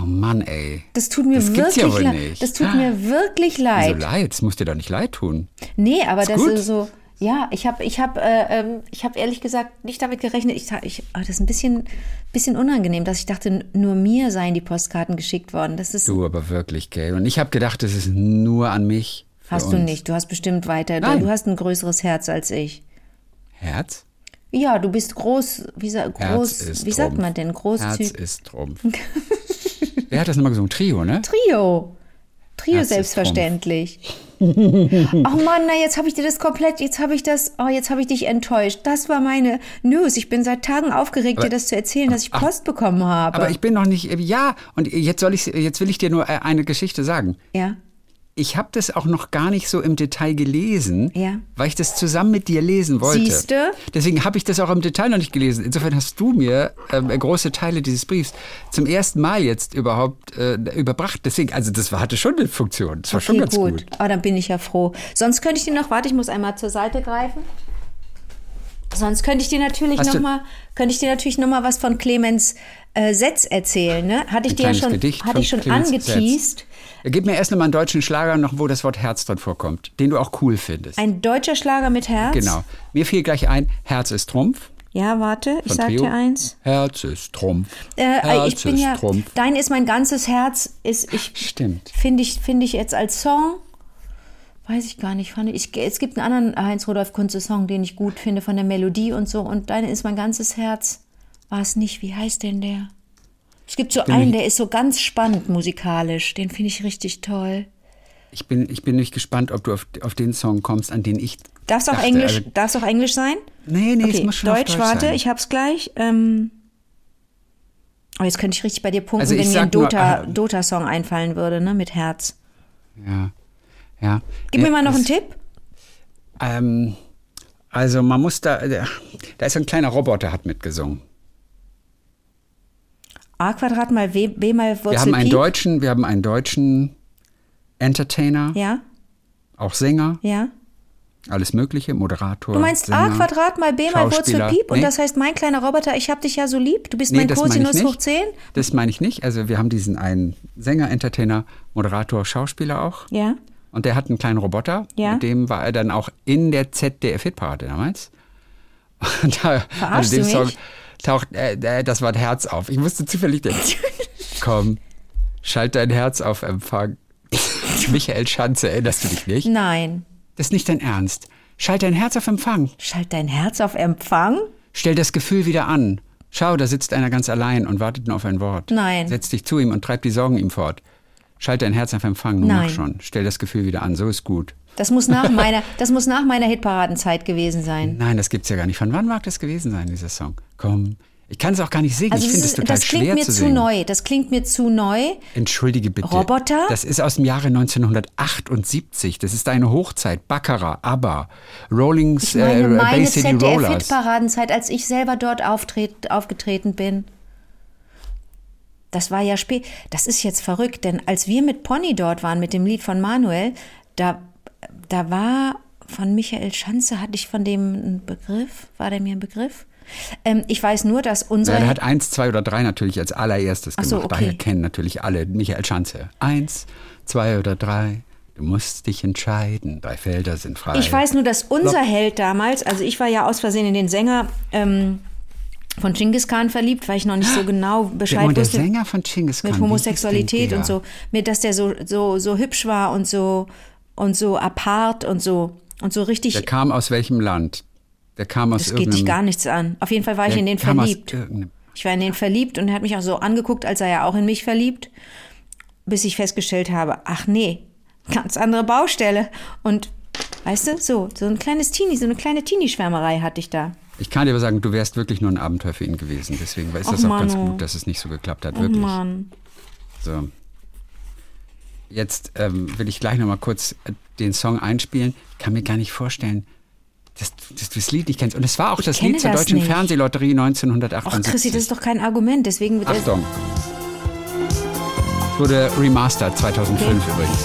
Speaker 2: Oh Mann, ey.
Speaker 3: Das tut mir
Speaker 2: Das gibt's
Speaker 3: wirklich
Speaker 2: ja wohl
Speaker 3: leid.
Speaker 2: nicht. Ah.
Speaker 3: Das tut mir wirklich
Speaker 2: So
Speaker 3: leid.
Speaker 2: leid, es muss dir doch nicht leid tun.
Speaker 3: Nee, aber das
Speaker 2: gut.
Speaker 3: ist so. Ja, ich habe, ich habe, äh, ähm, ich habe ehrlich gesagt nicht damit gerechnet. Ich, ta- ich, ah, das ist ein bisschen, bisschen unangenehm, dass ich dachte, nur mir seien die Postkarten geschickt worden. Das ist,
Speaker 2: Du aber wirklich, gell. Und ich habe gedacht, das ist nur an mich. für
Speaker 3: hast
Speaker 2: uns.
Speaker 3: du nicht. Du hast bestimmt weiter.
Speaker 2: Nein.
Speaker 3: Du hast ein größeres Herz als ich.
Speaker 2: Herz?
Speaker 3: Ja, du bist groß. Wie, sa
Speaker 2: Herz
Speaker 3: groß,
Speaker 2: ist
Speaker 3: wie sagt
Speaker 2: Trumpf.
Speaker 3: man denn?
Speaker 2: Herz
Speaker 3: Großzügig.
Speaker 2: ist Trumpf. Wer hat das nochmal gesungen? Trio, ne?
Speaker 3: Trio. Trio
Speaker 2: Herz ist
Speaker 3: selbstverständlich. oh Mann, na jetzt habe ich dir das komplett, jetzt habe ich das, oh, jetzt habe ich dich enttäuscht. Das war meine News. Ich bin seit Tagen aufgeregt, dir das zu erzählen, dass ich Post bekommen habe.
Speaker 2: Aber ich bin noch nicht. Ja, und jetzt soll ich jetzt will ich dir nur äh, eine Geschichte äh, sagen.
Speaker 3: ja.
Speaker 2: ich habe das auch noch gar nicht so im Detail gelesen,
Speaker 3: Ja.
Speaker 2: weil ich das zusammen mit dir lesen wollte.
Speaker 3: Siehste?
Speaker 2: Deswegen habe ich das auch im Detail noch nicht gelesen. Insofern hast du mir ähm, große Teile dieses Briefs zum ersten Mal jetzt überhaupt äh, überbracht. Deswegen, also das war, hatte schon eine Funktion. Das war schon ganz
Speaker 3: Okay,
Speaker 2: gut.
Speaker 3: Aber Ah, dann bin ich ja froh. Sonst könnte ich den noch, warte, ich muss einmal zur Seite greifen. Sonst könnte ich dir natürlich
Speaker 2: Hast du-
Speaker 3: nochmal, könnte ich dir natürlich noch mal was von Clemens äh, Setz erzählen, ne? Hatte ich
Speaker 2: Ein
Speaker 3: dir ja
Speaker 2: kleines
Speaker 3: schon,
Speaker 2: Gedicht
Speaker 3: hatte
Speaker 2: von
Speaker 3: ich schon
Speaker 2: Clemens
Speaker 3: angeteased.
Speaker 2: Gib mir erst noch mal einen deutschen Schlager, noch, wo das Wort Herz drin vorkommt, den du auch cool findest.
Speaker 3: Ein deutscher Schlager mit Herz.
Speaker 2: Genau. Mir fiel gleich ein, Herz ist Trumpf.
Speaker 3: Ja, warte, ich
Speaker 2: von
Speaker 3: sag
Speaker 2: Trio.
Speaker 3: dir eins.
Speaker 2: Herz ist Trumpf.
Speaker 3: Äh, ich bin
Speaker 2: ist
Speaker 3: ja,
Speaker 2: Trumpf.
Speaker 3: dein ist mein ganzes Herz, ist ich
Speaker 2: Stimmt.
Speaker 3: finde ich finde ich jetzt als Song weiß ich gar nicht, fand ich es gibt einen anderen Heinz Rudolf Kunze Song, den ich gut finde von der Melodie und so und dein ist mein ganzes Herz. War es nicht, wie heißt denn der? Es gibt so einen, der ist so ganz spannend musikalisch, den finde ich richtig toll.
Speaker 2: Ich bin, ich bin nicht gespannt, ob du auf, auf den Song kommst, an den ich.
Speaker 3: Darf es auch
Speaker 2: dachte.
Speaker 3: Englisch,
Speaker 2: Also,
Speaker 3: darf's auch Englisch sein?
Speaker 2: nee, nee, es muss schon
Speaker 3: Deutsch,
Speaker 2: auf Deutsch
Speaker 3: warte,
Speaker 2: sein.
Speaker 3: ich hab's gleich. Ähm, oh, jetzt könnte ich richtig bei dir punkten,
Speaker 2: Also ich
Speaker 3: wenn mir ein
Speaker 2: sag nur,
Speaker 3: Dota,
Speaker 2: ah,
Speaker 3: Dota-Song einfallen würde, ne, mit Herz.
Speaker 2: ja. Ja.
Speaker 3: Gib
Speaker 2: Ja,
Speaker 3: mir mal noch
Speaker 2: das-
Speaker 3: einen Tipp.
Speaker 2: Ähm, also man muss da, da ist ein kleiner Roboter, hat mitgesungen.
Speaker 3: A Quadrat mal W, B mal Wurzel
Speaker 2: Wir haben einen
Speaker 3: Pi.
Speaker 2: deutschen, wir haben einen deutschen Entertainer,
Speaker 3: Ja,
Speaker 2: auch Sänger,
Speaker 3: ja.
Speaker 2: alles Mögliche, Moderator.
Speaker 3: Du meinst A Quadrat mal B mal Wurzel Pi und das heißt mein kleiner Roboter, ich hab dich ja so lieb, du bist mein Cosinus hoch 10.
Speaker 2: Das meine ich nicht. Also wir haben diesen einen Sänger, Entertainer, Moderator, Schauspieler auch.
Speaker 3: Ja.
Speaker 2: Und der hat einen kleinen Roboter.
Speaker 3: Ja.
Speaker 2: Mit dem war er dann auch in der ZDF-Hitparade damals. Und da, also
Speaker 3: Verarschst
Speaker 2: dem
Speaker 3: du
Speaker 2: Song
Speaker 3: mich?
Speaker 2: taucht äh, äh, das Wort Herz auf. Ich musste zufällig denken. Komm, schalt dein Herz auf Empfang. Michael Schanze, erinnerst du dich nicht?
Speaker 3: Nein.
Speaker 2: Das ist nicht dein Ernst. Schalt dein Herz auf Empfang.
Speaker 3: Schalt dein Herz auf Empfang?
Speaker 2: Stell das Gefühl wieder an. Schau, da sitzt einer ganz allein und wartet nur auf ein Wort.
Speaker 3: Nein.
Speaker 2: Setz dich zu ihm und treib die Sorgen ihm fort. Schalt dein Herz auf Empfang, nun
Speaker 3: Nein.
Speaker 2: mach schon. Stell das Gefühl wieder an, so ist gut.
Speaker 3: Das muss nach meiner, das muss nach meiner Hitparadenzeit gewesen sein.
Speaker 2: Nein, das gibt's ja gar nicht. Von wann mag das gewesen sein, dieser Song? Komm, ich kann es auch gar nicht singen.
Speaker 3: Also
Speaker 2: ich
Speaker 3: das,
Speaker 2: finde es
Speaker 3: ist,
Speaker 2: total
Speaker 3: das klingt
Speaker 2: schwer
Speaker 3: mir
Speaker 2: zu
Speaker 3: zu
Speaker 2: singen.
Speaker 3: neu. Das klingt mir zu neu.
Speaker 2: Entschuldige bitte.
Speaker 3: Roboter?
Speaker 2: Das ist aus dem Jahre 1978. Das ist eine Hochzeit. Baccarat, ABBA, Rolling
Speaker 3: Ich meine,
Speaker 2: äh,
Speaker 3: meine
Speaker 2: Bay City Rollers.
Speaker 3: ZDF-Hitparadenzeit, als ich selber dort auftret, aufgetreten bin. Das war ja spät. Das ist jetzt verrückt, denn als wir mit Pony dort waren, mit dem Lied von Manuel, da, da war von Michael Schanze, hatte ich von dem einen Begriff? War der mir ein Begriff? Ähm, ich weiß nur, dass unsere.
Speaker 2: Ja, der hat eins, zwei oder drei natürlich als allererstes
Speaker 3: Ach
Speaker 2: gemacht.
Speaker 3: so, okay.
Speaker 2: Daher kennen natürlich alle Michael Schanze. Eins, zwei oder drei. Du musst dich entscheiden. Drei Felder sind frei.
Speaker 3: Ich weiß nur, dass unser Held damals, also ich war ja aus Versehen in den Sänger ähm, von Genghis Khan verliebt, weil ich noch nicht so genau
Speaker 2: der,
Speaker 3: Bescheid
Speaker 2: und der
Speaker 3: wusste.
Speaker 2: Sänger von Chingis Khan.
Speaker 3: mit
Speaker 2: wie hieß
Speaker 3: Homosexualität
Speaker 2: denn
Speaker 3: und
Speaker 2: der?
Speaker 3: so, mit dass der so so so hübsch war und so und so apart und so und so
Speaker 2: Der
Speaker 3: richtig
Speaker 2: kam aus welchem Land? Der kam aus
Speaker 3: das geht
Speaker 2: irgendeinem...
Speaker 3: dich gar nichts an. Auf jeden Fall war ich
Speaker 2: der
Speaker 3: in den
Speaker 2: kam aus
Speaker 3: verliebt.
Speaker 2: irgendeinem-
Speaker 3: Ich war in den verliebt und er hat mich auch so angeguckt, als sei er auch in mich verliebt, bis ich festgestellt habe, ach nee, ganz andere Baustelle und weißt du, so so ein kleines Teenie, so eine kleine Teenie-Schwärmerei hatte ich da.
Speaker 2: Ich kann dir aber sagen, du wärst wirklich nur ein Abenteuer für ihn gewesen. Deswegen ist das auch ganz
Speaker 3: Manu.
Speaker 2: gut, dass es nicht so geklappt hat. Wirklich.
Speaker 3: oh. Mann.
Speaker 2: So. Jetzt ähm, will ich gleich nochmal kurz äh, den Song einspielen. Ich kann mir gar nicht vorstellen, dass, du- dass du das Lied nicht kennst. Und es war auch das
Speaker 3: kenne
Speaker 2: Lied zur
Speaker 3: das
Speaker 2: Deutschen
Speaker 3: nicht.
Speaker 2: Fernsehlotterie
Speaker 3: Ach
Speaker 2: 1978.
Speaker 3: Chrissy, das ist doch kein Argument, deswegen
Speaker 2: Achtung. Es wurde remastered 2005 übrigens.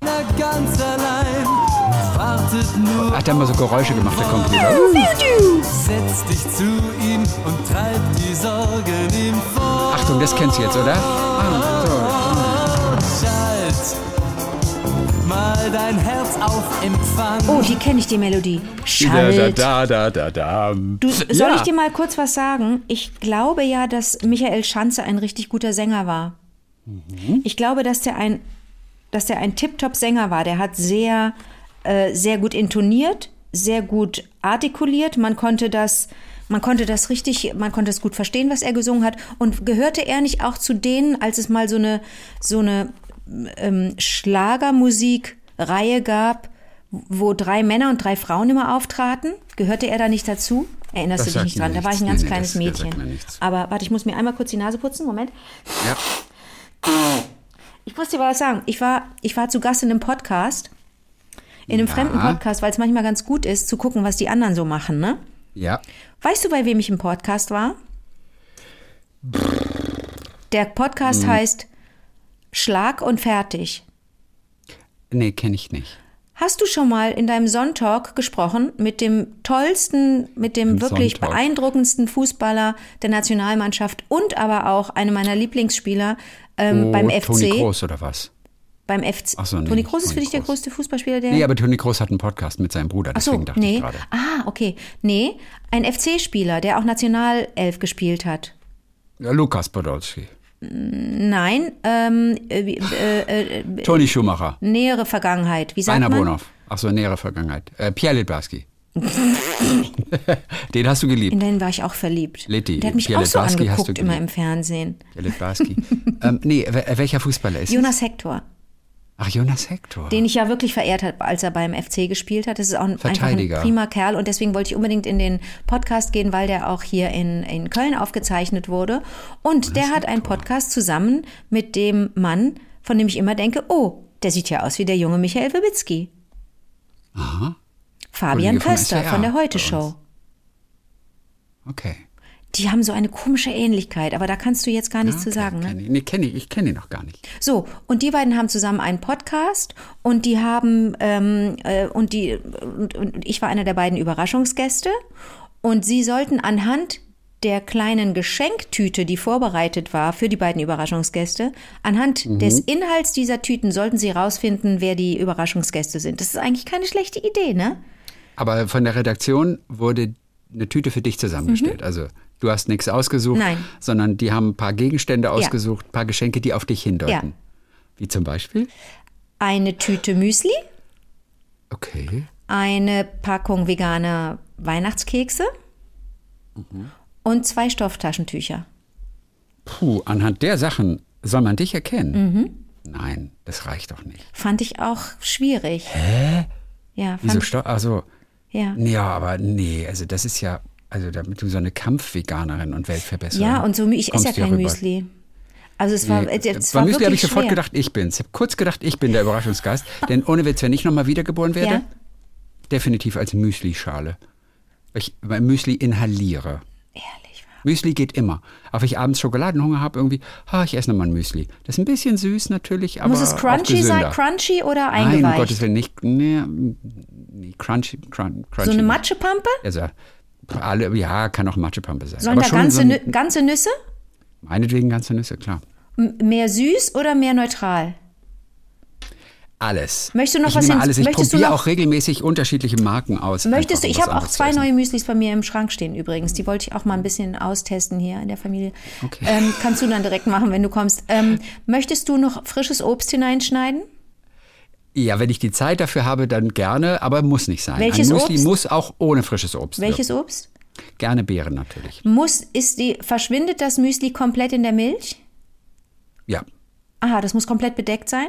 Speaker 5: Na, ganz allein wartet nur,
Speaker 2: Hat er mal so Geräusche gemacht,
Speaker 3: Oh.
Speaker 2: der Computer.
Speaker 5: setz dich zu ihm und treib die Sorgen ihm vor.
Speaker 2: Achtung, das kennst du jetzt, oder? Ah,
Speaker 5: Schalt mal dein Herz auf Empfang.
Speaker 3: Oh, hier kenne ich die Melodie.
Speaker 2: so. Da, da,
Speaker 3: Schalt.
Speaker 2: da, da, da, da.
Speaker 3: Du, soll ich dir mal kurz was sagen? Ich glaube ja, dass Michael Schanze ein richtig guter Sänger war.
Speaker 2: Mhm.
Speaker 3: Ich glaube, dass der ein, dass der ein Tip-Top-Sänger war. Der hat sehr, äh, sehr gut intoniert, sehr gut artikuliert. Man konnte das, man konnte das richtig, man konnte es gut verstehen, was er gesungen hat. Und gehörte er nicht auch zu denen, als es mal so eine, so eine ähm, Schlagermusik-Reihe gab, wo drei Männer und drei Frauen immer auftraten? Gehörte er da nicht dazu? Erinnerst
Speaker 2: Das
Speaker 3: du dich
Speaker 2: sagt mir
Speaker 3: nicht dran? Da war ich ein
Speaker 2: nichts.
Speaker 3: ganz
Speaker 2: Nee, nee,
Speaker 3: kleines
Speaker 2: das- das sagt mir
Speaker 3: Mädchen.
Speaker 2: nichts.
Speaker 3: Aber warte, ich muss mir einmal kurz die Nase putzen. Moment.
Speaker 2: Ja.
Speaker 3: Ich ich muss dir mal was sagen. Ich war, ich war zu Gast in einem Podcast, in einem
Speaker 2: Ja.
Speaker 3: fremden Podcast, weil es manchmal ganz gut ist, zu gucken, was die anderen so machen, ne?
Speaker 2: Ja.
Speaker 3: Weißt du, bei wem ich im Podcast war? Der Podcast
Speaker 2: Hm.
Speaker 3: heißt Schlag und fertig.
Speaker 2: Nee, kenne ich nicht.
Speaker 3: Hast du schon mal in deinem Sonntalk gesprochen mit dem tollsten, mit dem
Speaker 2: Im
Speaker 3: wirklich
Speaker 2: Sonntalk.
Speaker 3: beeindruckendsten Fußballer der Nationalmannschaft und aber auch einem meiner Lieblingsspieler ähm,
Speaker 2: Oh,
Speaker 3: beim FC?
Speaker 2: Toni Groß oder was?
Speaker 3: Beim FC.
Speaker 2: Ach so, nee,
Speaker 3: Toni
Speaker 2: nicht
Speaker 3: Groß ist für
Speaker 2: Toni
Speaker 3: dich der
Speaker 2: Kroos.
Speaker 3: größte Fußballspieler der.
Speaker 2: Nee, aber Toni Groß hat einen Podcast mit seinem Bruder,
Speaker 3: Ach so,
Speaker 2: deswegen dachte
Speaker 3: nee.
Speaker 2: ich gerade.
Speaker 3: ah, okay. Nee, ein FC-Spieler, der auch Nationalelf gespielt hat.
Speaker 2: Ja, Lukas Podolski.
Speaker 3: Nein, ähm, äh, äh, äh,
Speaker 2: Toni Schumacher.
Speaker 3: nähere Vergangenheit. Wie sagt
Speaker 2: Rainer
Speaker 3: man?
Speaker 2: Bonhoff. Ach so, nähere Vergangenheit. Äh, Pierre Litbarski. Den hast du geliebt.
Speaker 3: In den war ich auch verliebt.
Speaker 2: Litti,
Speaker 3: der hat mich
Speaker 2: Pierre
Speaker 3: auch so
Speaker 2: Littbarski hast du
Speaker 3: angeguckt immer
Speaker 2: geliebt.
Speaker 3: im Fernsehen.
Speaker 2: Pierre Litbarski. ähm, nee, wel- welcher Fußballer ist
Speaker 3: Jonas Hector,
Speaker 2: es? Ach, Jonas Hector.
Speaker 3: den ich ja wirklich verehrt habe, als er beim FC gespielt hat. Das ist auch ein, einfach ein
Speaker 2: Verteidiger.
Speaker 3: prima Kerl und deswegen wollte ich unbedingt in den Podcast gehen, weil der auch hier in, in Köln aufgezeichnet wurde. Und der hat einen Podcast zusammen mit dem Mann, von dem ich immer denke, oh, der sieht ja aus wie der junge Michael Wibitzki. Aha. Fabian
Speaker 2: Kollege vom
Speaker 3: Köster
Speaker 2: SWR
Speaker 3: von der
Speaker 2: bei
Speaker 3: Heute
Speaker 2: uns.
Speaker 3: Show.
Speaker 2: Okay.
Speaker 3: Die haben so eine komische Ähnlichkeit, aber da kannst du jetzt gar
Speaker 2: Ah,
Speaker 3: nichts
Speaker 2: okay,
Speaker 3: zu sagen. Ne?
Speaker 2: Kenn ich. Nee, kenne ich. Ich kenne ihn noch gar nicht.
Speaker 3: So, und die beiden haben zusammen einen Podcast und die haben, ähm, äh, und die, und, und ich war einer der beiden Überraschungsgäste und sie sollten anhand der kleinen Geschenktüte, die vorbereitet war für die beiden Überraschungsgäste, anhand des Inhalts dieser Tüten sollten sie rausfinden, wer die Überraschungsgäste sind. Das ist eigentlich keine schlechte Idee, ne?
Speaker 2: Aber von der Redaktion wurde eine Tüte für dich zusammengestellt. Also du hast nichts ausgesucht,
Speaker 3: Mhm. Nein.
Speaker 2: sondern die haben ein paar Gegenstände ausgesucht, ein paar Geschenke, die auf dich hindeuten.
Speaker 3: Ja.
Speaker 2: Wie zum Beispiel?
Speaker 3: Eine Tüte Müsli,
Speaker 2: Okay.
Speaker 3: eine Packung veganer Weihnachtskekse und zwei Stofftaschentücher.
Speaker 2: Puh, anhand der Sachen soll man dich erkennen.
Speaker 3: Mhm.
Speaker 2: Nein, das reicht doch nicht.
Speaker 3: Fand ich auch schwierig. Hä? Ja,
Speaker 2: Wieso?
Speaker 3: fand ich,
Speaker 2: Sto also,
Speaker 3: ja.
Speaker 2: ja, aber nee, also das ist ja, also damit du so eine Kampfveganerin und Weltverbesserin
Speaker 3: ja, und so, ich esse
Speaker 2: also
Speaker 3: ja
Speaker 2: kommst du
Speaker 3: kein
Speaker 2: rüber.
Speaker 3: Müsli. Also es war,
Speaker 2: Nee,
Speaker 3: es
Speaker 2: bei
Speaker 3: war
Speaker 2: Müsli
Speaker 3: wirklich
Speaker 2: habe ich sofort
Speaker 3: schwer.
Speaker 2: gedacht, ich bin's. Ich habe kurz gedacht, ich bin der Überraschungsgast. denn ohne Witz, wenn ich nochmal wiedergeboren werde,
Speaker 3: Ja.
Speaker 2: definitiv als Müsli-Schale. Weil Ich weil Müsli inhaliere.
Speaker 3: Ehrlich.
Speaker 2: Müsli geht immer. Auch wenn ich abends Schokoladenhunger habe, irgendwie, ah, ich esse nochmal ein Müsli. Das ist ein bisschen süß natürlich, aber
Speaker 3: Muss es crunchy
Speaker 2: auch
Speaker 3: sein,
Speaker 2: gesünder.
Speaker 3: crunchy oder
Speaker 2: Nein, um
Speaker 3: eingeweicht?
Speaker 2: Gottes Willen, nicht, nee, nee crunchy, crun, crunchy.
Speaker 3: so eine
Speaker 2: nicht.
Speaker 3: Matschepampe?
Speaker 2: Also, alle, ja, kann auch Matschepampe sein.
Speaker 3: Sollen da ganze,
Speaker 2: so ein-
Speaker 3: Nü- ganze Nüsse?
Speaker 2: meinetwegen ganze Nüsse, klar.
Speaker 3: M mehr süß oder mehr neutral?
Speaker 2: Alles.
Speaker 3: Möchtest du noch
Speaker 2: ich
Speaker 3: was
Speaker 2: nehme
Speaker 3: hin-
Speaker 2: alles. Ich
Speaker 3: möchtest du
Speaker 2: probiere
Speaker 3: noch-
Speaker 2: auch regelmäßig unterschiedliche Marken aus.
Speaker 3: Möchtest
Speaker 2: einfach,
Speaker 3: du,
Speaker 2: um
Speaker 3: ich
Speaker 2: was
Speaker 3: habe auch
Speaker 2: anderes zu
Speaker 3: zwei
Speaker 2: essen.
Speaker 3: neue Müslis bei mir im Schrank stehen übrigens. Die wollte ich auch mal ein bisschen austesten hier in der Familie.
Speaker 2: Okay.
Speaker 3: Ähm, kannst du dann direkt machen, wenn du kommst. Ähm, möchtest du noch frisches Obst hineinschneiden?
Speaker 2: Ja, wenn ich die Zeit dafür habe, dann gerne, aber muss nicht sein.
Speaker 3: Welches
Speaker 2: Ein Müsli
Speaker 3: Obst?
Speaker 2: muss auch ohne frisches Obst.
Speaker 3: Welches Obst?
Speaker 2: wirken. Gerne Beeren natürlich.
Speaker 3: Muss, ist die, verschwindet das Müsli komplett in der Milch?
Speaker 2: Ja.
Speaker 3: Aha, das muss komplett bedeckt sein.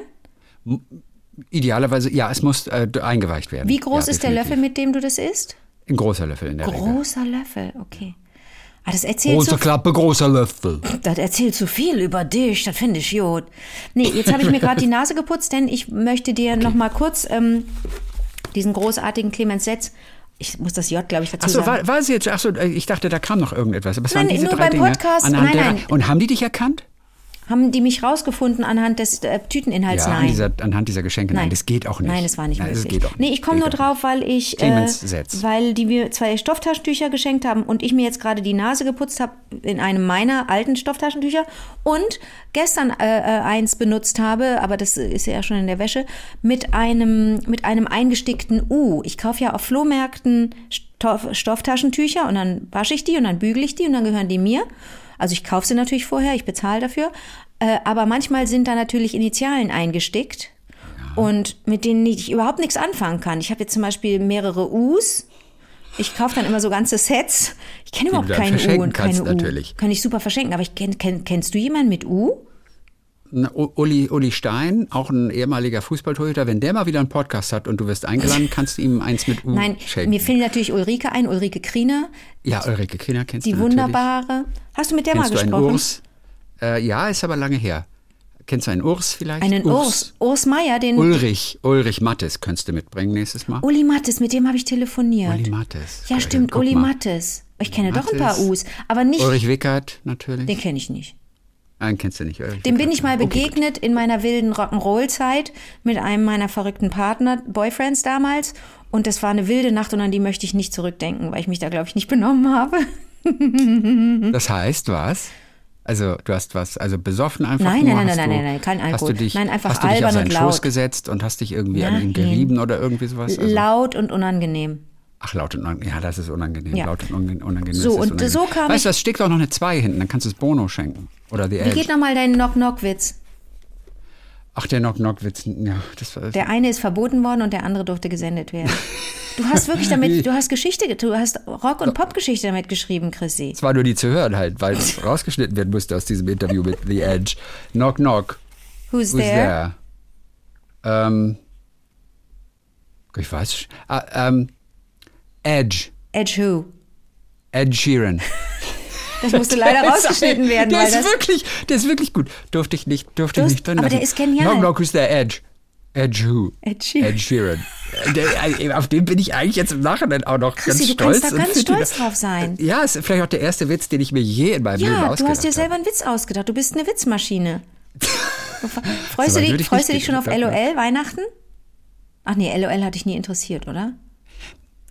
Speaker 2: Idealerweise, ja, es muss äh, eingeweicht werden.
Speaker 3: Wie groß
Speaker 2: ja,
Speaker 3: ist der
Speaker 2: definitiv.
Speaker 3: Löffel, mit dem du das isst?
Speaker 2: Ein großer Löffel in der Regel.
Speaker 3: Großer Löffel, okay. Ah, das erzählt
Speaker 2: Große
Speaker 3: so,
Speaker 2: Klappe, großer Löffel.
Speaker 3: das erzählt so viel über dich, das finde ich gut. Nee, jetzt habe ich mir gerade die Nase geputzt, denn ich möchte dir noch mal kurz ähm, diesen großartigen Clemens Setz, ich muss das J, glaube ich, dazu
Speaker 2: Achso,
Speaker 3: sagen.
Speaker 2: war, war sie jetzt? Achso, ich dachte, da kam noch irgendetwas. Was
Speaker 3: Nein,
Speaker 2: waren diese
Speaker 3: nur
Speaker 2: drei
Speaker 3: beim
Speaker 2: Dinge?
Speaker 3: Podcast.
Speaker 2: Anhand
Speaker 3: Nein,
Speaker 2: derer-
Speaker 3: nein.
Speaker 2: Und haben die dich erkannt?
Speaker 3: Haben die mich rausgefunden anhand des äh, Tüteninhalts?
Speaker 2: ja,
Speaker 3: Nein.
Speaker 2: An dieser, anhand dieser Geschenke. Nein, das geht auch nicht.
Speaker 3: Nein, das war nicht
Speaker 2: Nein, das
Speaker 3: möglich.
Speaker 2: geht auch
Speaker 3: Nee,
Speaker 2: nicht.
Speaker 3: ich komme
Speaker 2: Geht
Speaker 3: nur
Speaker 2: auch
Speaker 3: drauf, weil ich, äh,
Speaker 2: Clemens Setz.
Speaker 3: weil die mir zwei Stofftaschentücher geschenkt haben und ich mir jetzt gerade die Nase geputzt habe in einem meiner alten Stofftaschentücher und gestern äh, äh, eins benutzt habe, aber das ist ja schon in der Wäsche, mit einem, mit einem eingestickten U. Ich kaufe ja auf Flohmärkten Stoff, Stofftaschentücher und dann wasche ich die und dann bügel ich die und dann gehören die mir. Also ich kaufe sie natürlich vorher, ich bezahle dafür. Äh, aber manchmal sind da natürlich Initialen eingestickt und mit denen ich überhaupt nichts anfangen kann. Ich habe jetzt zum Beispiel mehrere U's. Ich kaufe dann immer so ganze Sets. Ich
Speaker 2: du
Speaker 3: kenne überhaupt
Speaker 2: dann
Speaker 3: kein U
Speaker 2: verschenken
Speaker 3: und keine
Speaker 2: kannst,
Speaker 3: U.
Speaker 2: natürlich. Hm,
Speaker 3: Kann ich super verschenken, aber ich kenn, kenn, kennst du jemanden mit U?
Speaker 2: Na, U- Uli, Uli Stein, auch ein ehemaliger Fußballtorhüter, wenn der mal wieder einen Podcast hat und du wirst eingeladen, kannst du ihm eins mit U
Speaker 3: Nein,
Speaker 2: schenken.
Speaker 3: mir fällt natürlich Ulrike ein, Ulrike Kriener,
Speaker 2: ja, Ulrike Kinder kennst
Speaker 3: die
Speaker 2: du natürlich.
Speaker 3: wunderbare. Hast du mit der
Speaker 2: Kennst
Speaker 3: mal
Speaker 2: du einen
Speaker 3: gesprochen?
Speaker 2: Urs? Äh, ja, ist aber lange her. Kennst du einen Urs vielleicht?
Speaker 3: Einen Urs. Urs Meier, den
Speaker 2: Ulrich, Ulrich Mattes könntest du mitbringen nächstes Mal.
Speaker 3: Uli Mattes, mit dem habe ich telefoniert.
Speaker 2: Uli Mattes.
Speaker 3: Ja, stimmt,
Speaker 2: Guck
Speaker 3: Uli
Speaker 2: mal.
Speaker 3: Mattes. Ich kenne doch ein paar
Speaker 2: Mattes.
Speaker 3: Us, aber nicht,
Speaker 2: Ulrich Wickert natürlich.
Speaker 3: den kenne ich nicht.
Speaker 2: Einen kennst du nicht, Ulrich
Speaker 3: Dem bin
Speaker 2: Wickert.
Speaker 3: ich mal
Speaker 2: Okay.
Speaker 3: begegnet in meiner wilden Rock'n'Roll-Zeit mit einem meiner verrückten Partner, Boyfriends damals. Und das war eine wilde Nacht und an die möchte ich nicht zurückdenken, weil ich mich da, glaube ich, nicht benommen habe.
Speaker 2: Das heißt was? Also du hast was, also besoffen einfach
Speaker 3: Nein,
Speaker 2: nur?
Speaker 3: nein, nein,
Speaker 2: hast
Speaker 3: nein,
Speaker 2: du,
Speaker 3: nein, nein, kein
Speaker 2: Hast
Speaker 3: Alkohol.
Speaker 2: du dich,
Speaker 3: Nein, einfach
Speaker 2: hast du dich auf
Speaker 3: albern
Speaker 2: seinen
Speaker 3: und
Speaker 2: Schoß
Speaker 3: laut.
Speaker 2: gesetzt und hast dich irgendwie an ihn
Speaker 3: Nein.
Speaker 2: gerieben oder irgendwie sowas? Also,
Speaker 3: Laut und unangenehm.
Speaker 2: ach, laut und unangenehm. Ja, das ist unangenehm.
Speaker 3: Ja.
Speaker 2: Laut und unangenehm. unangenehm
Speaker 3: So,
Speaker 2: das ist
Speaker 3: und
Speaker 2: unangenehm.
Speaker 3: so kam
Speaker 2: Weißt du,
Speaker 3: ich-
Speaker 2: das steckt auch noch eine 2 hinten, dann kannst du es Bono schenken. Oder die
Speaker 3: Wie geht
Speaker 2: Edge.
Speaker 3: nochmal dein Knock-Knock-Witz?
Speaker 2: Ach, der Knock-Knock-Witz. Ja, das war,
Speaker 3: Der eine ist verboten worden und der andere durfte gesendet werden. Du hast wirklich damit, du hast Geschichte, ge- du hast Rock- und Popgeschichte damit geschrieben, Chrissy.
Speaker 2: Es war nur die zu hören halt, weil es rausgeschnitten werden musste aus diesem Interview mit The Edge. Knock, knock.
Speaker 3: Who's,
Speaker 2: Who's
Speaker 3: there?
Speaker 2: there? Ähm, ich weiß. sch- Ah, ähm, Edge.
Speaker 3: Edge who?
Speaker 2: Ed Sheeran.
Speaker 3: Das musste leider rausgeschnitten werden,
Speaker 2: der
Speaker 3: weil
Speaker 2: ist
Speaker 3: das.
Speaker 2: wirklich, der ist wirklich gut. Durfte ich nicht, durfte
Speaker 3: Durst-
Speaker 2: ich nicht drin
Speaker 3: aber
Speaker 2: lassen.
Speaker 3: der ist genial.
Speaker 2: Knock, knock, who's there? Edge. Edge who?
Speaker 3: Ed Sheeran.
Speaker 2: Ed Sheeran. Der, äh, auf den bin ich eigentlich jetzt im Nachhinein auch noch
Speaker 3: Chrissy,
Speaker 2: ganz
Speaker 3: du
Speaker 2: stolz.
Speaker 3: kannst da
Speaker 2: und
Speaker 3: ganz
Speaker 2: finde
Speaker 3: stolz
Speaker 2: das-
Speaker 3: drauf sein.
Speaker 2: Ja, ist vielleicht auch der erste Witz, den ich mir je in meinem Leben
Speaker 3: Ja,
Speaker 2: ausgedacht
Speaker 3: du hast dir
Speaker 2: habe.
Speaker 3: selber einen Witz ausgedacht. Du bist eine Witzmaschine. freust
Speaker 2: So
Speaker 3: du
Speaker 2: weit würde
Speaker 3: dich,
Speaker 2: ich
Speaker 3: freust du
Speaker 2: nicht
Speaker 3: dich
Speaker 2: gehen,
Speaker 3: schon auf
Speaker 2: glaub mir.
Speaker 3: LOL Weihnachten? Ach nee, LOL hat dich nie interessiert, oder?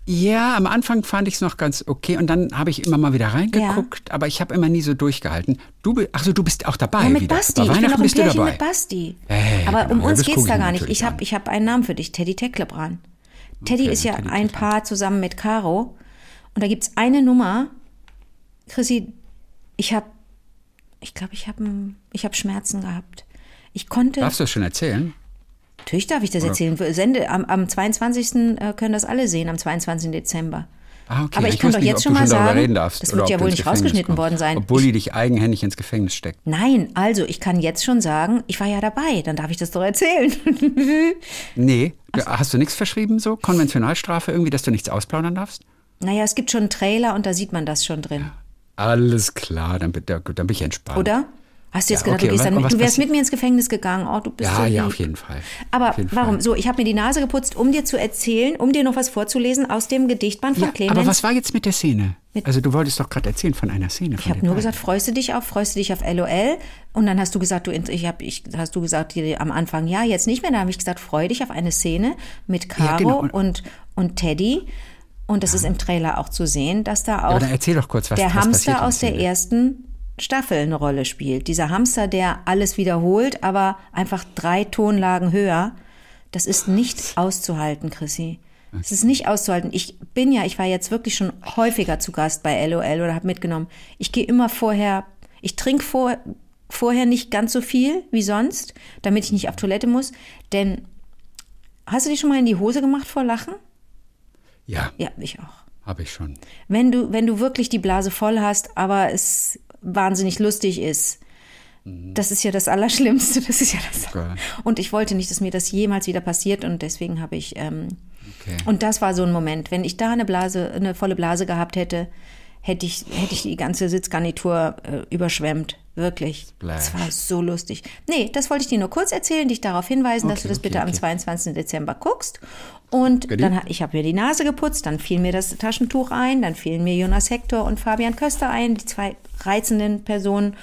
Speaker 2: Ja, am Anfang fand ich es noch ganz okay und dann habe ich immer mal wieder reingeguckt, aber ich habe immer nie so durchgehalten. Du, bi- ach so, du bist auch dabei
Speaker 3: Ja, mit
Speaker 2: wieder.
Speaker 3: Basti.
Speaker 2: Ah, Bei
Speaker 3: Ich bin
Speaker 2: Weihnachten
Speaker 3: noch im
Speaker 2: bist du
Speaker 3: Pärchen
Speaker 2: dabei.
Speaker 3: mit Basti.
Speaker 2: Hey,
Speaker 3: Aber
Speaker 2: genau,
Speaker 3: um
Speaker 2: ja,
Speaker 3: uns
Speaker 2: das
Speaker 3: geht's
Speaker 2: guck ich
Speaker 3: da
Speaker 2: mir
Speaker 3: gar nicht.
Speaker 2: natürlich
Speaker 3: Ich
Speaker 2: an.
Speaker 3: habe ich hab einen Namen für dich, Teddy Teklebran. Teddy ist ja
Speaker 2: Teddy
Speaker 3: ein Paar zusammen mit Caro. Und da gibt's eine Nummer. Chrissy, ich habe, ich glaube, ich habe ich hab Schmerzen gehabt. Ich konnte.
Speaker 2: Darfst du das schon erzählen?
Speaker 3: Natürlich darf ich das erzählen. Sende, am, am 22. äh, können das alle sehen, am 22. Dezember.
Speaker 2: Ah, okay.
Speaker 3: Aber ich, kann
Speaker 2: weiß
Speaker 3: doch
Speaker 2: nicht,
Speaker 3: jetzt
Speaker 2: ob
Speaker 3: schon
Speaker 2: du
Speaker 3: mal
Speaker 2: darüber
Speaker 3: sagen,
Speaker 2: reden darfst
Speaker 3: das
Speaker 2: oder
Speaker 3: wird
Speaker 2: ob
Speaker 3: ja
Speaker 2: du
Speaker 3: wohl
Speaker 2: ins
Speaker 3: nicht
Speaker 2: Gefängnis
Speaker 3: rausgeschnitten
Speaker 2: kommst.
Speaker 3: worden sein.
Speaker 2: Obwohl die dich eigenhändig ins Gefängnis steckt.
Speaker 3: Nein, also ich kann jetzt schon sagen, ich war ja dabei, dann darf ich das doch erzählen.
Speaker 2: Nee, du- hast du nichts verschrieben so? Konventionalstrafe irgendwie, dass du nichts ausplaudern darfst?
Speaker 3: naja, es gibt schon einen Trailer und da sieht man das schon drin,
Speaker 2: Ähm, Alles klar, dann, bin- da- gut, dann bin ich entspannt.
Speaker 3: oder? Hast du jetzt
Speaker 2: Ja,
Speaker 3: gedacht,
Speaker 2: okay,
Speaker 3: du,
Speaker 2: und
Speaker 3: gehst dann
Speaker 2: was-
Speaker 3: mit, du
Speaker 2: was
Speaker 3: wärst
Speaker 2: passiert-
Speaker 3: mit mir ins Gefängnis gegangen. Oh, du bist so
Speaker 2: Ja, ja,
Speaker 3: lieb.
Speaker 2: auf jeden Fall.
Speaker 3: Aber
Speaker 2: auf jeden
Speaker 3: warum?
Speaker 2: Fall.
Speaker 3: So, ich habe mir die Nase geputzt, um dir zu erzählen, um dir noch was vorzulesen aus dem Gedichtband von
Speaker 2: Ja,
Speaker 3: Clemens.
Speaker 2: aber was war jetzt mit der Szene? Also du wolltest doch gerade erzählen von einer Szene.
Speaker 3: Ich habe nur gesagt, freust du dich auf, freust du dich auf LOL? Und dann hast du gesagt, du, int- ich hab, ich, hast du gesagt dir am Anfang, ja, jetzt nicht mehr. Da habe ich gesagt, freu dich auf eine Szene mit Caro
Speaker 2: genau. Und-
Speaker 3: und, und Teddy. Und das ist im Trailer auch zu sehen, dass da auch
Speaker 2: Aber dann erzähl doch kurz, was
Speaker 3: der
Speaker 2: was passiert in
Speaker 3: Hamster aus der
Speaker 2: Szene.
Speaker 3: ersten Staffel eine Rolle spielt. Dieser Hamster, der alles wiederholt, aber einfach drei Tonlagen höher. Das ist nicht auszuhalten, Chrissy. Es ist nicht auszuhalten. Ich bin ja, ich war jetzt wirklich schon häufiger zu Gast bei LOL oder habe mitgenommen. Ich gehe immer vorher, ich trinke vor, vorher nicht ganz so viel wie sonst, damit ich nicht auf Toilette muss. Denn hast du dich schon mal in die Hose gemacht vor Lachen?
Speaker 2: Ja,
Speaker 3: Ja, ich auch
Speaker 2: habe ich schon.
Speaker 3: wenn du, wenn du wirklich die Blase voll hast, aber es wahnsinnig lustig ist. Das ist ja das Allerschlimmste. Das ist ja das.
Speaker 2: Geil.
Speaker 3: Und ich wollte nicht, dass mir das jemals wieder passiert und deswegen habe ich. Ähm,
Speaker 2: Okay.
Speaker 3: Und das war so ein Moment. Wenn ich da eine Blase, eine volle Blase gehabt hätte, hätte ich, hätte ich die ganze Sitzgarnitur äh, überschwemmt. Wirklich.
Speaker 2: Splash.
Speaker 3: Das war so lustig. Nee, das wollte ich dir nur kurz erzählen, dich darauf hinweisen, dass
Speaker 2: Okay,
Speaker 3: du das
Speaker 2: okay,
Speaker 3: bitte am
Speaker 2: okay.
Speaker 3: 22. Dezember guckst. Und
Speaker 2: Goodie.
Speaker 3: dann, ha- ich habe mir die Nase geputzt, dann fiel mir das Taschentuch ein, dann fielen mir Jonas Hector und Fabian Köster ein, die zwei reizenden Personen.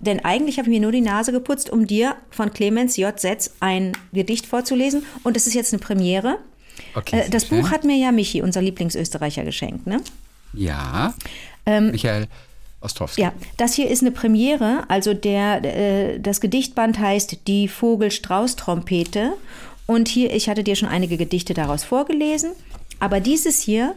Speaker 3: Denn eigentlich habe ich mir nur die Nase geputzt, um dir von Clemens J. Setz ein Gedicht vorzulesen. Und das ist jetzt eine Premiere.
Speaker 2: Okay,
Speaker 3: Äh, das
Speaker 2: sehr
Speaker 3: Buch
Speaker 2: schön.
Speaker 3: hat mir ja Michi, unser Lieblingsösterreicher, geschenkt. Ne?
Speaker 2: Ja. Michael Ostrowski.
Speaker 3: Ähm, Ja, das hier ist eine Premiere. Also der, äh, das Gedichtband heißt Die Vogelstrauß-Trompete. Und hier, ich hatte dir schon einige Gedichte daraus vorgelesen. Aber dieses hier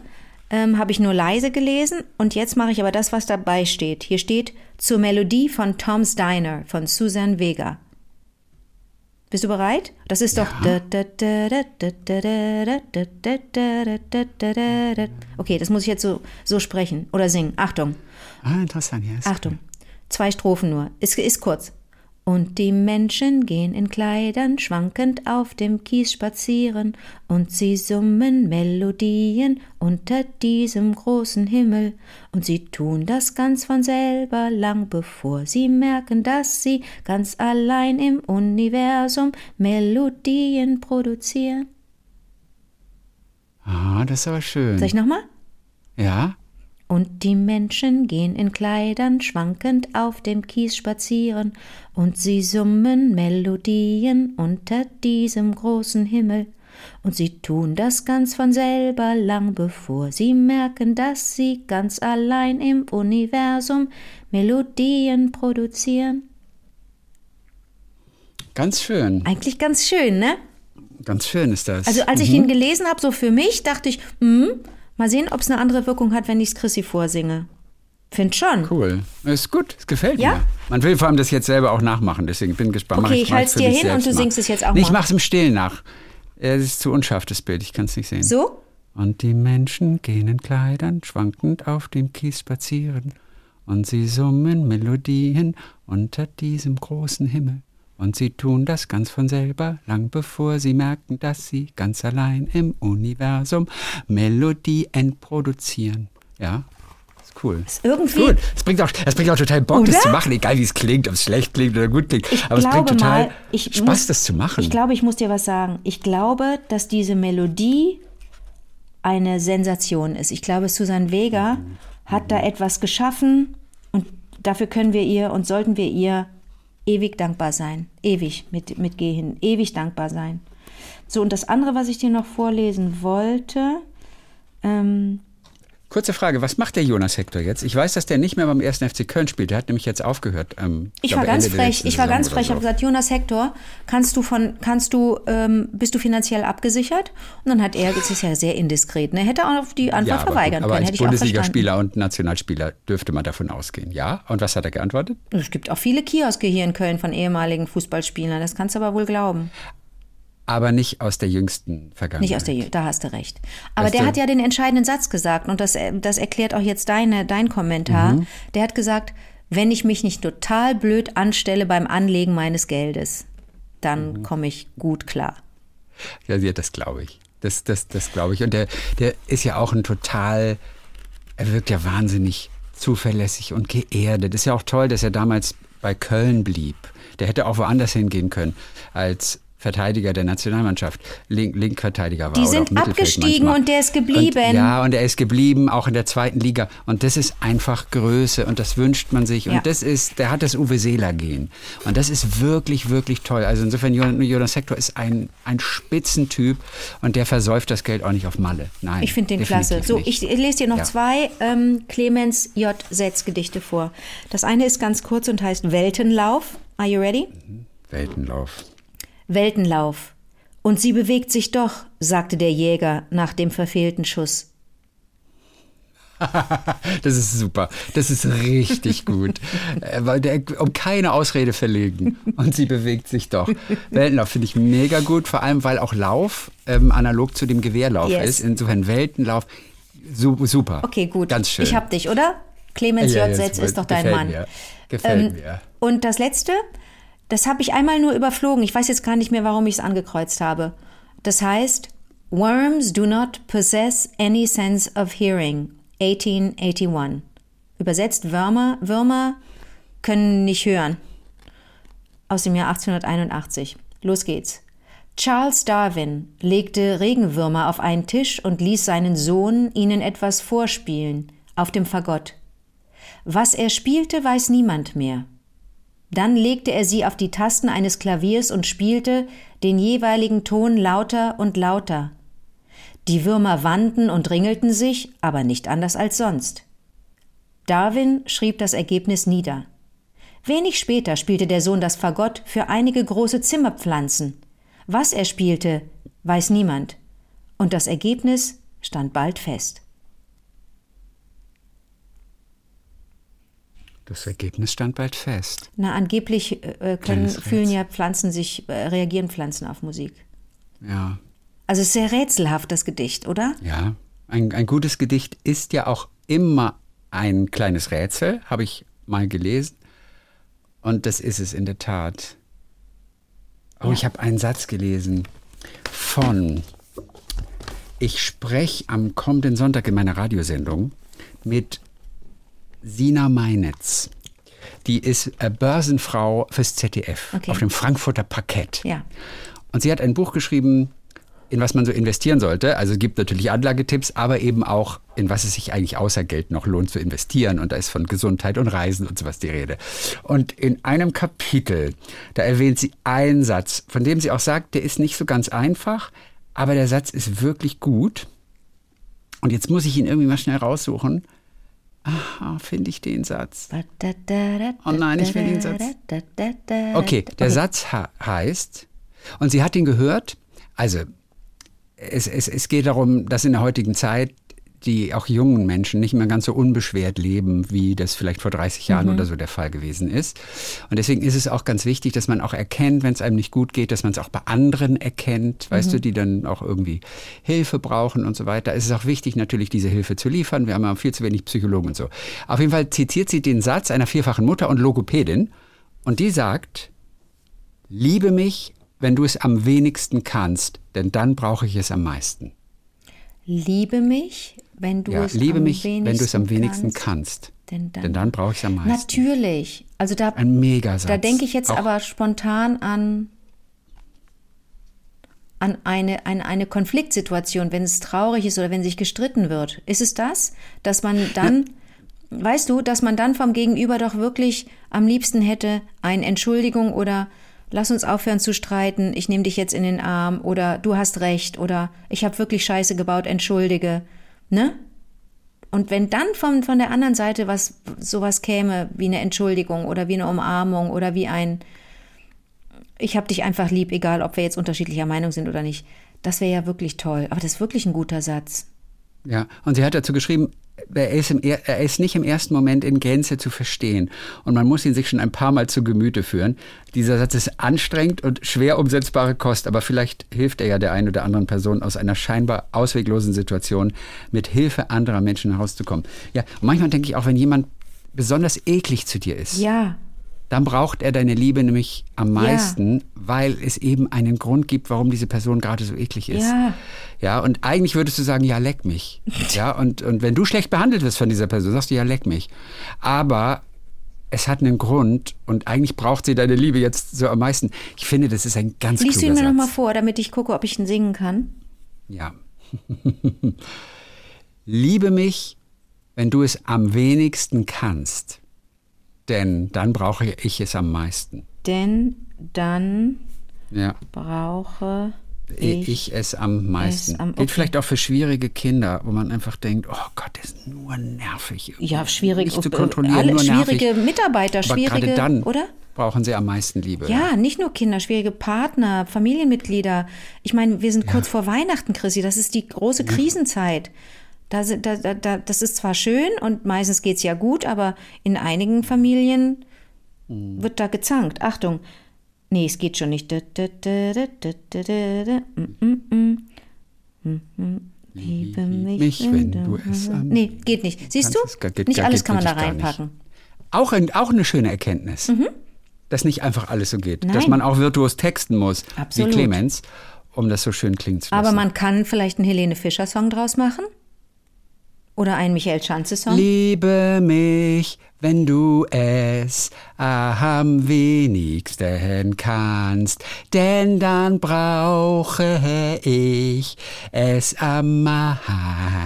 Speaker 3: ähm, habe ich nur leise gelesen. Und jetzt mache ich aber das, was dabei steht. Hier steht zur Melodie von Tom's Diner von Susan Vega. Bist du bereit? Das ist doch. Okay, das muss ich jetzt so, so sprechen oder singen. Achtung.
Speaker 2: Ah, interessant. Ja, ist
Speaker 3: Achtung, zwei Strophen nur. Ist, ist kurz. Und die Menschen gehen in Kleidern schwankend auf dem Kies spazieren, und sie summen Melodien unter diesem großen Himmel, und sie tun das ganz von selber lang bevor sie merken, dass sie ganz allein im Universum Melodien produzieren.
Speaker 2: Ah, das ist aber schön.
Speaker 3: Soll ich nochmal?
Speaker 2: Ja?
Speaker 3: Und die Menschen gehen in Kleidern schwankend auf dem Kies spazieren, und sie summen Melodien unter diesem großen Himmel. Und sie tun das ganz von selber lang bevor sie merken, dass sie ganz allein im Universum Melodien produzieren.
Speaker 2: Ganz schön.
Speaker 3: Eigentlich ganz schön, ne?
Speaker 2: Ganz schön ist das.
Speaker 3: Also als ich ihn gelesen habe, so für mich, dachte ich, hm, mal sehen, ob es eine andere Wirkung hat, wenn ich es Chrissy vorsinge. Find schon.
Speaker 2: cool. Ist gut, es gefällt
Speaker 3: Ja?
Speaker 2: mir. Man will vor allem das jetzt selber auch nachmachen, deswegen bin ich gespannt.
Speaker 3: Okay, ich
Speaker 2: mach
Speaker 3: halt's
Speaker 2: für
Speaker 3: dir
Speaker 2: mich
Speaker 3: hin und
Speaker 2: selbst
Speaker 3: du singst es jetzt auch
Speaker 2: nee, Ich
Speaker 3: mal.
Speaker 2: mach's im Stillen nach. Es ist zu unscharf, das Bild, ich kann's nicht sehen.
Speaker 3: So?
Speaker 2: Und die Menschen gehen in Kleidern schwankend auf dem Kies spazieren. Und sie summen Melodien unter diesem großen Himmel. Und sie tun das ganz von selber, lang bevor sie merken, dass sie ganz allein im Universum Melodien produzieren. Ja, ist cool.
Speaker 3: Ist irgendwie.
Speaker 2: Gut, es bringt, auch, es bringt auch total Bock, das
Speaker 3: Oder?
Speaker 2: zu machen, egal wie es klingt, ob es schlecht klingt oder gut klingt.
Speaker 3: Ich
Speaker 2: Aber es bringt
Speaker 3: glaube
Speaker 2: total
Speaker 3: mal, ich
Speaker 2: Spaß,
Speaker 3: muss-
Speaker 2: das zu machen.
Speaker 3: Ich glaube, ich muss dir was sagen. Ich glaube, dass diese Melodie eine Sensation ist. Ich glaube, Susan Vega hat da etwas geschaffen und dafür können wir ihr und sollten wir ihr ewig dankbar sein. Ewig mit, mit Geh hin. Ewig dankbar sein. So, und das andere, was ich dir noch vorlesen wollte, ähm,
Speaker 2: Kurze Frage, was macht der Jonas Hector jetzt? Ich weiß, dass der nicht mehr beim 1. FC Köln spielt. Der hat nämlich jetzt aufgehört. Ähm,
Speaker 3: Ich
Speaker 2: glaube,
Speaker 3: war ganz
Speaker 2: Ende der
Speaker 3: frech.
Speaker 2: letzten
Speaker 3: Ich war
Speaker 2: Saison
Speaker 3: ganz
Speaker 2: oder
Speaker 3: frech. Ich
Speaker 2: So.
Speaker 3: habe gesagt, Jonas Hector, kannst du von, kannst du, ähm, bist du finanziell abgesichert? Und dann hat er, das ist ja sehr indiskret, ne? Hätte auch auf die Antwort
Speaker 2: aber,
Speaker 3: verweigern
Speaker 2: gut, aber
Speaker 3: können.
Speaker 2: als
Speaker 3: Hätte ich auch verstanden.
Speaker 2: Bundesligaspieler und Nationalspieler dürfte man davon ausgehen, ja? Und was hat er geantwortet?
Speaker 3: Es gibt auch viele Kioske hier in Köln von ehemaligen Fußballspielern. Das kannst du aber wohl glauben.
Speaker 2: Aber nicht aus der jüngsten Vergangenheit.
Speaker 3: Nicht aus der, da hast du recht. Aber
Speaker 2: Weißt
Speaker 3: der
Speaker 2: du-
Speaker 3: hat ja den entscheidenden Satz gesagt und das, äh, das erklärt auch jetzt deine, dein Kommentar.
Speaker 2: Mhm.
Speaker 3: Der hat gesagt, wenn ich mich nicht total blöd anstelle beim Anlegen meines Geldes, dann
Speaker 2: Mhm.
Speaker 3: komme ich gut klar.
Speaker 2: Ja, ja, das glaube ich. Das, das, das glaube ich. Und der, der ist ja auch ein total, er wirkt ja wahnsinnig zuverlässig und geerdet. Ist ja auch toll, dass er damals bei Köln blieb. Der hätte auch woanders hingehen können als Verteidiger der Nationalmannschaft. Link, Linkverteidiger war
Speaker 3: Die
Speaker 2: oder
Speaker 3: sind
Speaker 2: auch Mittelfeld
Speaker 3: abgestiegen
Speaker 2: manchmal.
Speaker 3: und der ist geblieben.
Speaker 2: Und, ja, Ah, und er ist geblieben, auch in der zweiten Liga. Und das ist einfach Größe und das wünscht man sich.
Speaker 3: Ja.
Speaker 2: Und das ist, der hat das Uwe Seeler gehen. Und das ist wirklich, wirklich toll. Also insofern, Jon- Jonas Hector ist ein, ein Spitzentyp und der versäuft das Geld auch nicht auf Malle. Nein.
Speaker 3: Ich finde den
Speaker 2: definitiv
Speaker 3: klasse. So,
Speaker 2: nicht.
Speaker 3: ich lese dir noch
Speaker 2: Ja.
Speaker 3: zwei ähm, Clemens J. Setz-Gedichte vor. Das eine ist ganz kurz und heißt Weltenlauf. Are you ready?
Speaker 2: Weltenlauf.
Speaker 3: Weltenlauf. Und sie bewegt sich doch, sagte der Jäger nach dem verfehlten Schuss.
Speaker 2: Das ist super. Das ist richtig gut. Äh, Weil der, um keine Ausrede verlegen. Und sie bewegt sich doch. Weltenlauf finde ich mega gut, vor allem weil auch Lauf ähm, analog zu dem Gewehrlauf
Speaker 3: Yes.
Speaker 2: ist. Insofern Weltenlauf su super.
Speaker 3: Okay, gut.
Speaker 2: Ganz schön.
Speaker 3: Ich hab dich, oder? Clemens
Speaker 2: Ja,
Speaker 3: J.
Speaker 2: ja,
Speaker 3: Setz
Speaker 2: das
Speaker 3: ist doch dein
Speaker 2: gefällt
Speaker 3: Mann.
Speaker 2: Mir. Gefällt mir.
Speaker 3: Ähm, Und das letzte, das habe ich einmal nur überflogen. Ich weiß jetzt gar nicht mehr, warum ich es angekreuzt habe. Das heißt, Worms do not possess any sense of hearing. 1881. Übersetzt, Würmer, Würmer können nicht hören. Aus dem Jahr 1881. Los geht's. Charles Darwin legte Regenwürmer auf einen Tisch und ließ seinen Sohn ihnen etwas vorspielen, auf dem Fagott. Was er spielte, weiß niemand mehr. Dann legte er sie auf die Tasten eines Klaviers und spielte den jeweiligen Ton lauter und lauter. Die Würmer wandten und ringelten sich, aber nicht anders als sonst. Darwin schrieb das Ergebnis nieder. Wenig später spielte der Sohn das Fagott für einige große Zimmerpflanzen. Was er spielte, weiß niemand. Und das Ergebnis stand bald fest.
Speaker 2: Das Ergebnis stand bald fest.
Speaker 3: Na, angeblich äh, können,
Speaker 2: Kleines Rätsel.
Speaker 3: fühlen ja Pflanzen sich, äh, reagieren Pflanzen auf Musik.
Speaker 2: Ja.
Speaker 3: Also es ist sehr rätselhaft, das Gedicht, oder?
Speaker 2: Ja, ein, ein gutes Gedicht ist ja auch immer ein kleines Rätsel, habe ich mal gelesen. Und das ist es in der Tat. Oh, ich habe einen Satz gelesen von Ich spreche am kommenden Sonntag in meiner Radiosendung mit Sina Meinitz. Die ist äh, Börsenfrau fürs ZDF
Speaker 3: Okay.
Speaker 2: auf dem Frankfurter Parkett.
Speaker 3: Ja.
Speaker 2: Und sie hat ein Buch geschrieben, in was man so investieren sollte. Also es gibt natürlich Anlagetipps, aber eben auch, in was es sich eigentlich außer Geld noch lohnt zu investieren. Und da ist von Gesundheit und Reisen und sowas die Rede. Und in einem Kapitel, da erwähnt sie einen Satz, von dem sie auch sagt, der ist nicht so ganz einfach, aber der Satz ist wirklich gut. Und jetzt muss ich ihn irgendwie mal schnell raussuchen. Aha, finde ich den Satz.
Speaker 3: Oh
Speaker 2: nein, ich will den Satz. Okay, der Satz ha- heißt, und sie hat ihn gehört, also es, es, es geht darum, dass in der heutigen Zeit die auch jungen Menschen nicht mehr ganz so unbeschwert leben, wie das vielleicht vor 30 Jahren oder so der Fall gewesen ist. Und deswegen ist es auch ganz wichtig, dass man auch erkennt, wenn es einem nicht gut geht, dass man es auch bei anderen erkennt, weißt du, die dann auch irgendwie Hilfe brauchen und so weiter. Es ist auch wichtig, natürlich diese Hilfe zu liefern. Wir haben ja viel zu wenig Psychologen und so. Auf jeden Fall zitiert sie den Satz einer vierfachen Mutter und Logopädin und die sagt, Liebe mich, wenn du es am wenigsten kannst, denn dann brauche ich es am meisten.
Speaker 3: Liebe mich, wenn du
Speaker 2: Ja,
Speaker 3: es
Speaker 2: liebe
Speaker 3: am
Speaker 2: mich, wenn du es am wenigsten kannst,
Speaker 3: kannst. Denn dann-
Speaker 2: denn dann brauche ich es am meisten.
Speaker 3: Natürlich. Also da,
Speaker 2: Ein Megasatz.
Speaker 3: da denke ich jetzt
Speaker 2: Auch-
Speaker 3: aber spontan an, an, eine, an eine Konfliktsituation, wenn es traurig ist oder wenn sich gestritten wird. Ist es das, dass man dann, weißt du, dass man dann vom Gegenüber doch wirklich am liebsten hätte eine Entschuldigung oder lass uns aufhören zu streiten, ich nehme dich jetzt in den Arm oder du hast recht oder ich habe wirklich Scheiße gebaut, entschuldige. Ne? Und wenn dann von, von der anderen Seite was sowas käme, wie eine Entschuldigung oder wie eine Umarmung oder wie ein Ich hab dich einfach lieb, egal ob wir jetzt unterschiedlicher Meinung sind oder nicht, das wäre ja wirklich toll. Aber das ist wirklich ein guter Satz.
Speaker 2: Ja, und sie hat dazu geschrieben, er ist, im, er er ist nicht im ersten Moment in Gänze zu verstehen. Und man muss ihn sich schon ein paar Mal zu Gemüte führen. Dieser Satz ist anstrengend und schwer umsetzbare Kost, aber vielleicht hilft er ja der einen oder anderen Person aus einer scheinbar ausweglosen Situation mit Hilfe anderer Menschen herauszukommen. Ja, und manchmal denke ich auch, wenn jemand besonders eklig zu dir ist,
Speaker 3: Ja,
Speaker 2: dann braucht er deine Liebe nämlich am meisten, weil es eben einen Grund gibt, warum diese Person gerade so eklig ist.
Speaker 3: Ja.
Speaker 2: Ja, und eigentlich würdest du sagen, ja, leck mich. Ja, und, und wenn du schlecht behandelt wirst von dieser Person, sagst du, ja, leck mich. Aber es hat einen Grund und eigentlich braucht sie deine Liebe jetzt so am meisten. Ich finde, das ist ein ganz
Speaker 3: liest du ihn
Speaker 2: kluger
Speaker 3: mir
Speaker 2: Satz.
Speaker 3: nochmal vor, damit ich gucke, ob ich ihn singen kann.
Speaker 2: Ja. Liebe mich, wenn du es am wenigsten kannst, denn dann brauche ich es am meisten.
Speaker 3: Denn dann
Speaker 2: Ja.
Speaker 3: brauche
Speaker 2: ich,
Speaker 3: ich.
Speaker 2: ich es am meisten.
Speaker 3: es am-
Speaker 2: Gilt
Speaker 3: okay.
Speaker 2: vielleicht auch für schwierige Kinder, wo man einfach denkt, oh Gott, das ist nur nervig.
Speaker 3: ja, schwierig.
Speaker 2: Nicht zu
Speaker 3: äh,
Speaker 2: kontrollieren,
Speaker 3: alle,
Speaker 2: nur nervig.
Speaker 3: schwierige Mitarbeiter,
Speaker 2: Aber
Speaker 3: schwierige,
Speaker 2: gerade dann
Speaker 3: oder?
Speaker 2: brauchen sie am meisten Liebe.
Speaker 3: Ja, nicht nur Kinder, schwierige Partner, Familienmitglieder. Ich meine, wir sind kurz vor Weihnachten, Chrissy. Das ist die große Krisenzeit. Da, sind- da, da, da, das ist zwar schön und meistens geht's ja gut, aber in einigen Familien
Speaker 2: Mm.
Speaker 3: wird da gezankt. Achtung. Nee, es geht schon nicht. Da, da, da, da, da, da, da, da. Mm, mm, mm. Mm, mm. Liebe mich,
Speaker 2: wenn du es am-
Speaker 3: Nee, geht nicht. Siehst du?
Speaker 2: Kannst es gar- geht-
Speaker 3: nicht
Speaker 2: gar-
Speaker 3: alles
Speaker 2: geht
Speaker 3: kann man da
Speaker 2: wirklich gar nicht.
Speaker 3: reinpacken. Mhm.
Speaker 2: Auch, ein, auch eine schöne Erkenntnis, dass nicht einfach alles so geht. Dass
Speaker 3: Nein.
Speaker 2: man auch virtuos texten muss,
Speaker 3: Absolut.
Speaker 2: wie Clemens, um das so schön klingen zu lassen.
Speaker 3: Aber man kann vielleicht einen Helene Fischer-Song draus machen. Oder einen Michael Schanze-Song.
Speaker 2: Liebe mich, wenn du es am wenigsten kannst, denn dann brauche ich es am